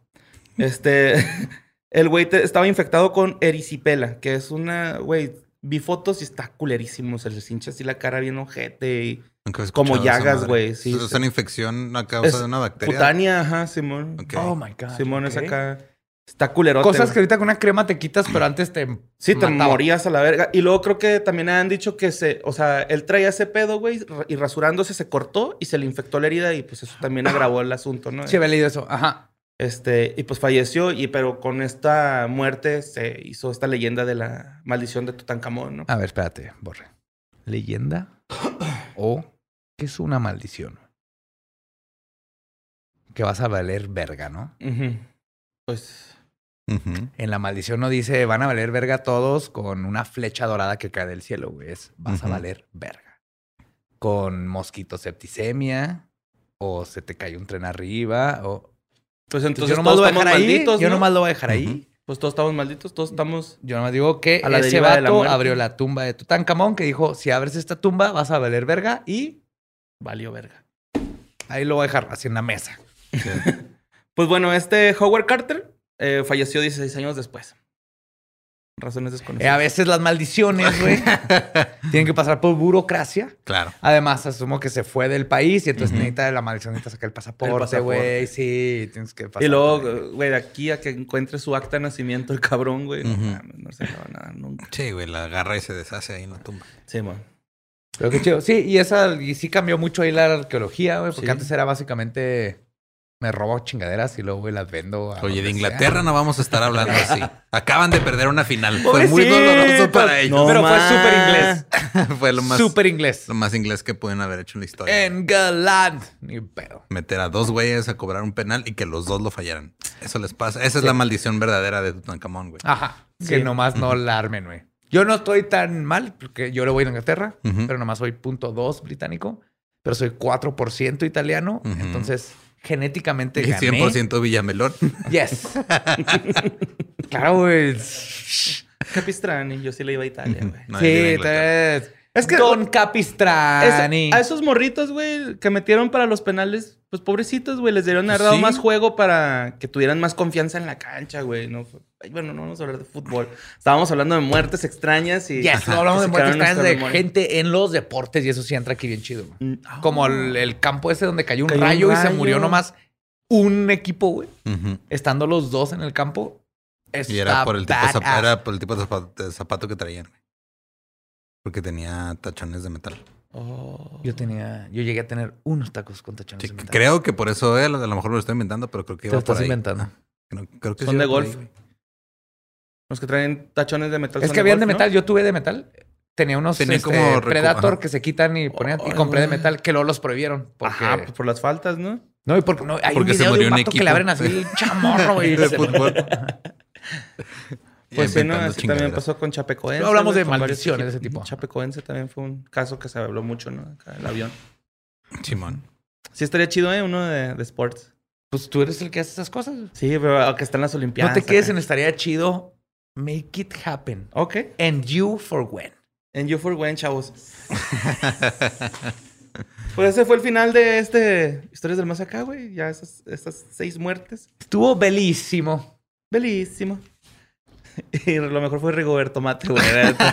Speaker 2: Este, el güey te- estaba infectado con erisipela, que es una, güey, vi fotos y está culerísimo, se les hincha así la cara bien ojete y
Speaker 3: Nunca había
Speaker 2: Como
Speaker 3: escuchado esa
Speaker 2: llagas,
Speaker 3: madre.
Speaker 2: güey, sí,
Speaker 3: es
Speaker 2: sí.
Speaker 3: una infección a causa
Speaker 2: Es
Speaker 3: de una bacteria.
Speaker 2: cutánea, ajá, Simón.
Speaker 3: Ok.
Speaker 1: Oh, my God.
Speaker 2: Simón es
Speaker 1: Ok.
Speaker 2: acá, está culerote.
Speaker 1: Cosas que
Speaker 2: güey.
Speaker 1: ahorita con una crema te quitas, pero antes te.
Speaker 2: Sí, te
Speaker 1: mataba.
Speaker 2: morías a la verga. Y luego creo que también han dicho que se, o sea, él traía ese pedo, güey, ra- y rasurándose se cortó y se le infectó la herida y pues eso también agravó el asunto, ¿no?
Speaker 1: Sí, había leído eso. Ajá.
Speaker 2: Este, y pues falleció, y pero con esta muerte se hizo esta leyenda de la maldición de Tutankamón, ¿no?
Speaker 1: A ver, espérate, borre. ¿Leyenda o qué es una maldición? Que vas a valer verga, ¿no?
Speaker 2: Ujú. Pues.
Speaker 3: Ujú.
Speaker 1: En la maldición no dice van a valer verga todos con una flecha dorada que cae del cielo, güey. Es vas a
Speaker 3: Ujú.
Speaker 1: valer verga. Con mosquito septicemia o se te cae un tren arriba o
Speaker 2: Pues
Speaker 1: Entonces, yo
Speaker 2: entonces
Speaker 1: nomás
Speaker 2: todos
Speaker 1: lo voy a
Speaker 2: estamos
Speaker 1: dejar ahí.
Speaker 2: malditos,
Speaker 1: yo
Speaker 2: ¿no?
Speaker 1: nomás lo voy a dejar ahí.
Speaker 2: Pues todos estamos malditos, todos estamos.
Speaker 1: Yo nomás digo que
Speaker 2: A la
Speaker 1: ese
Speaker 2: deriva de la
Speaker 1: vato
Speaker 2: muerte.
Speaker 1: abrió la tumba de Tutankamón que dijo, si abres esta tumba vas a valer verga y valió verga. Ahí lo voy a dejar así en la mesa.
Speaker 2: Pues bueno, este Howard Carter eh, falleció 16 años después.
Speaker 1: Eh,
Speaker 2: Razones
Speaker 1: a
Speaker 2: desconocidas.
Speaker 1: veces las maldiciones, güey, tienen que pasar por burocracia.
Speaker 3: Claro.
Speaker 1: Además, asumo que se fue del país y entonces
Speaker 3: Ujú.
Speaker 1: necesita la maldición, necesita sacar el
Speaker 2: El
Speaker 1: pasaporte,
Speaker 2: pasaporte.
Speaker 1: güey. Sí, tienes que pasar. por
Speaker 2: y
Speaker 1: ahí.
Speaker 2: luego, güey, de aquí a que encuentre su acta de nacimiento, el cabrón, güey.
Speaker 3: Ujú.
Speaker 2: No mames, No se acaba nada nunca.
Speaker 3: Sí, güey, la agarra y se deshace ahí en la tumba.
Speaker 2: Sí, man.
Speaker 1: Pero qué chido. Sí, y esa y sí cambió mucho ahí la arqueología, güey, porque
Speaker 2: Sí.
Speaker 1: antes era básicamente me robo chingaderas y luego, güey, las vendo. a
Speaker 3: Oye,
Speaker 1: donde
Speaker 3: de
Speaker 1: sea.
Speaker 3: Inglaterra no vamos a estar hablando así. Acaban de perder una final. Fue muy
Speaker 1: Pobrecitos.
Speaker 3: doloroso para ellos.
Speaker 1: Pero
Speaker 2: No
Speaker 1: fue
Speaker 2: más.
Speaker 1: súper inglés.
Speaker 3: Fue lo más,
Speaker 1: Súper inglés.
Speaker 3: lo más inglés que pueden haber hecho en la historia.
Speaker 1: En Galant. Ni pedo.
Speaker 3: Meter a dos güeyes a cobrar un penal y que los dos lo fallaran. Eso les pasa. Esa es la maldición verdadera de Tutankamón, güey.
Speaker 1: Ajá. Que
Speaker 2: Sí.
Speaker 1: nomás no la armen, güey. Yo no estoy tan mal, porque yo le voy a Inglaterra,
Speaker 3: Ujú.
Speaker 1: pero nomás soy punto dos británico, pero soy 4% italiano.
Speaker 3: Ujú.
Speaker 1: Entonces, genéticamente
Speaker 3: Y
Speaker 1: gané.
Speaker 3: 100% Villamelón.
Speaker 1: Yes. claro, güey.
Speaker 2: Capistrani, yo sí le iba a Italia, güey.
Speaker 3: No, yo iba a
Speaker 1: sí,
Speaker 3: Inglaterra.
Speaker 1: te-
Speaker 2: Es que-
Speaker 1: Don
Speaker 2: Es-
Speaker 1: Capistrani.
Speaker 2: a esos morritos, güey, que metieron para los penales, pues pobrecitos, güey, les dieron haber dado
Speaker 3: Sí.
Speaker 2: más juego para que tuvieran más confianza en la cancha, güey. No, fue- ay, bueno, no vamos a hablar de fútbol. Estábamos hablando de muertes extrañas y.
Speaker 1: Yes, no hablamos
Speaker 2: que
Speaker 1: de muertes
Speaker 2: se quedaron en nuestra
Speaker 1: extrañas, de
Speaker 2: memoria.
Speaker 1: gente en los deportes y eso sí entra aquí bien chido. güey.
Speaker 2: Mm, ah,
Speaker 1: Como el, el campo ese donde cayó un,
Speaker 2: Cayó un
Speaker 1: rayo, y se
Speaker 2: rayo.
Speaker 1: murió nomás un equipo, güey.
Speaker 3: Ujú.
Speaker 1: Estando los dos en el campo.
Speaker 3: Y era
Speaker 1: está
Speaker 3: por, el tipo de zap-
Speaker 1: badass.
Speaker 3: era por el tipo de zapato, de zapato que traían, güey. Porque tenía tachones de metal.
Speaker 2: oh.
Speaker 1: Yo tenía, yo llegué a tener unos tacos con tachones.
Speaker 3: Sí,
Speaker 1: de metal.
Speaker 3: creo que por eso él, a lo mejor lo estoy inventando, pero creo que
Speaker 1: Te
Speaker 3: iba
Speaker 1: lo
Speaker 3: por
Speaker 1: estás
Speaker 3: ahí.
Speaker 1: inventando.
Speaker 3: Ah, creo, creo que
Speaker 2: Son
Speaker 3: sí
Speaker 2: de
Speaker 3: iba por ahí,
Speaker 2: golf.
Speaker 3: güey.
Speaker 2: Los que traen tachones de metal.
Speaker 1: Es
Speaker 2: son
Speaker 1: que habían de
Speaker 2: golf, ¿no?
Speaker 1: metal, yo tuve de metal. Tenía unos
Speaker 3: Tenía
Speaker 1: este,
Speaker 3: como recu-
Speaker 1: Predator
Speaker 3: ajá.
Speaker 1: que se quitan y ponían y
Speaker 2: Ay,
Speaker 1: compré de
Speaker 2: güey.
Speaker 1: metal que luego los prohibieron. Porque,
Speaker 2: Ajá, pues por las faltas, ¿no?
Speaker 1: no, y porque no, hay
Speaker 3: Porque
Speaker 1: un
Speaker 3: se
Speaker 1: video de
Speaker 3: murió
Speaker 1: un
Speaker 3: un
Speaker 1: vato que le
Speaker 3: equipo.
Speaker 1: abren así el chamorro güey, y
Speaker 3: De
Speaker 1: se-
Speaker 3: fútbol.
Speaker 2: Pues sí, no,
Speaker 3: Inventando
Speaker 2: así también
Speaker 3: chingaderas.
Speaker 2: pasó con Chapecoense.
Speaker 1: No hablamos
Speaker 2: güey,
Speaker 1: de
Speaker 2: con varios
Speaker 1: maldiciones de ese
Speaker 2: equipos.
Speaker 1: tipo.
Speaker 2: Chapecoense también fue un caso que se habló mucho, ¿no? Acá, el avión.
Speaker 3: Simón.
Speaker 2: Sí, estaría chido, ¿eh? Uno de, de sports.
Speaker 1: Pues tú eres el que hace esas cosas.
Speaker 2: Sí, pero que están las Olimpiadas.
Speaker 1: no te quedes
Speaker 2: acá.
Speaker 1: en estaría chido. Make it happen.
Speaker 2: Ok.
Speaker 1: And you for when.
Speaker 2: En You for When, chavos. pues ese fue el final de este Historias del Más Acá, güey. Ya esas, esas seis muertes.
Speaker 1: Estuvo belísimo.
Speaker 2: Belísimo. Y lo mejor fue Rigoberto Mate, güey.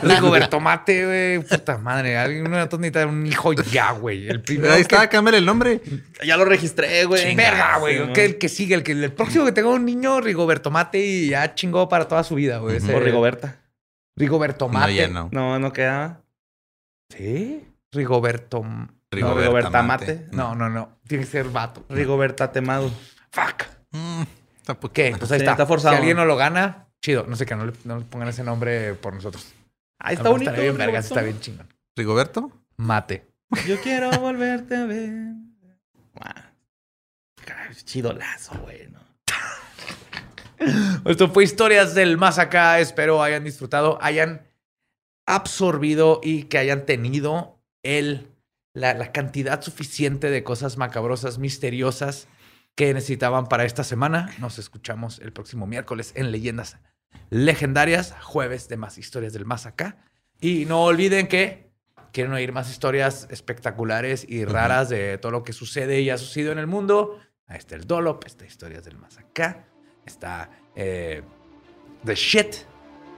Speaker 1: Rigoberto Mate, güey. Puta madre. Alguien no necesita un hijo ya, güey. El primero.
Speaker 3: Ahí
Speaker 1: que-
Speaker 3: está, cámbiale el nombre.
Speaker 2: ya lo registré, güey.
Speaker 1: Verga, güey.
Speaker 2: Sí,
Speaker 1: que el que sigue, el que el próximo que tenga un niño, Rigoberto Mate, y ya chingó para toda su vida, güey.
Speaker 3: Ujú.
Speaker 1: Ese-
Speaker 2: O Rigoberta.
Speaker 1: Rigoberto Mate.
Speaker 3: No, ya no.
Speaker 2: No, no quedaba.
Speaker 1: Sí. Rigoberto. M-
Speaker 2: Rigoberta Mate.
Speaker 1: No, no, no. Tiene que ser vato.
Speaker 2: Rigoberta Temado.
Speaker 1: Fuck.
Speaker 3: Mm, está poquito.
Speaker 1: ¿Qué? Pues ahí
Speaker 2: Sí,
Speaker 1: está.
Speaker 2: está forzado.
Speaker 1: Si alguien no lo gana, chido. No sé qué, no le, no le pongan ese nombre por nosotros.
Speaker 2: Ahí
Speaker 1: A
Speaker 2: está
Speaker 1: lo
Speaker 2: bonito.
Speaker 1: mejor estaría bien vergas,
Speaker 2: Rigoberto.
Speaker 1: está bien chingón.
Speaker 3: ¿Rigoberto?
Speaker 1: Mate.
Speaker 2: Yo quiero volverte a ver. Guau. Caray, Chido lazo, güey. ¿no?
Speaker 1: Esto fue Historias del Más Acá. Espero hayan disfrutado, hayan absorbido y que hayan tenido el, la, la cantidad suficiente de cosas macabrosas, misteriosas que necesitaban para esta semana. Nos escuchamos el próximo miércoles en Leyendas Legendarias, jueves de más Historias del Más Acá. Y no olviden que quieren oír más historias espectaculares y raras de todo lo que sucede y ha sucedido en el mundo. Ahí está el Dolop, está Historias del Más Acá está eh, The Shit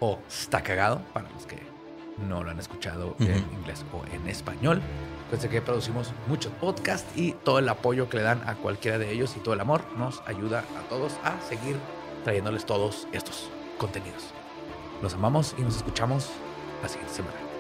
Speaker 1: o Está Cagado, para los que no lo han escuchado en
Speaker 3: Ujú.
Speaker 1: inglés o en español. Pensé que producimos muchos podcasts y todo el apoyo que le dan a cualquiera de ellos y todo el amor nos ayuda a todos a seguir trayéndoles todos estos contenidos. Los amamos y nos escuchamos la siguiente semana.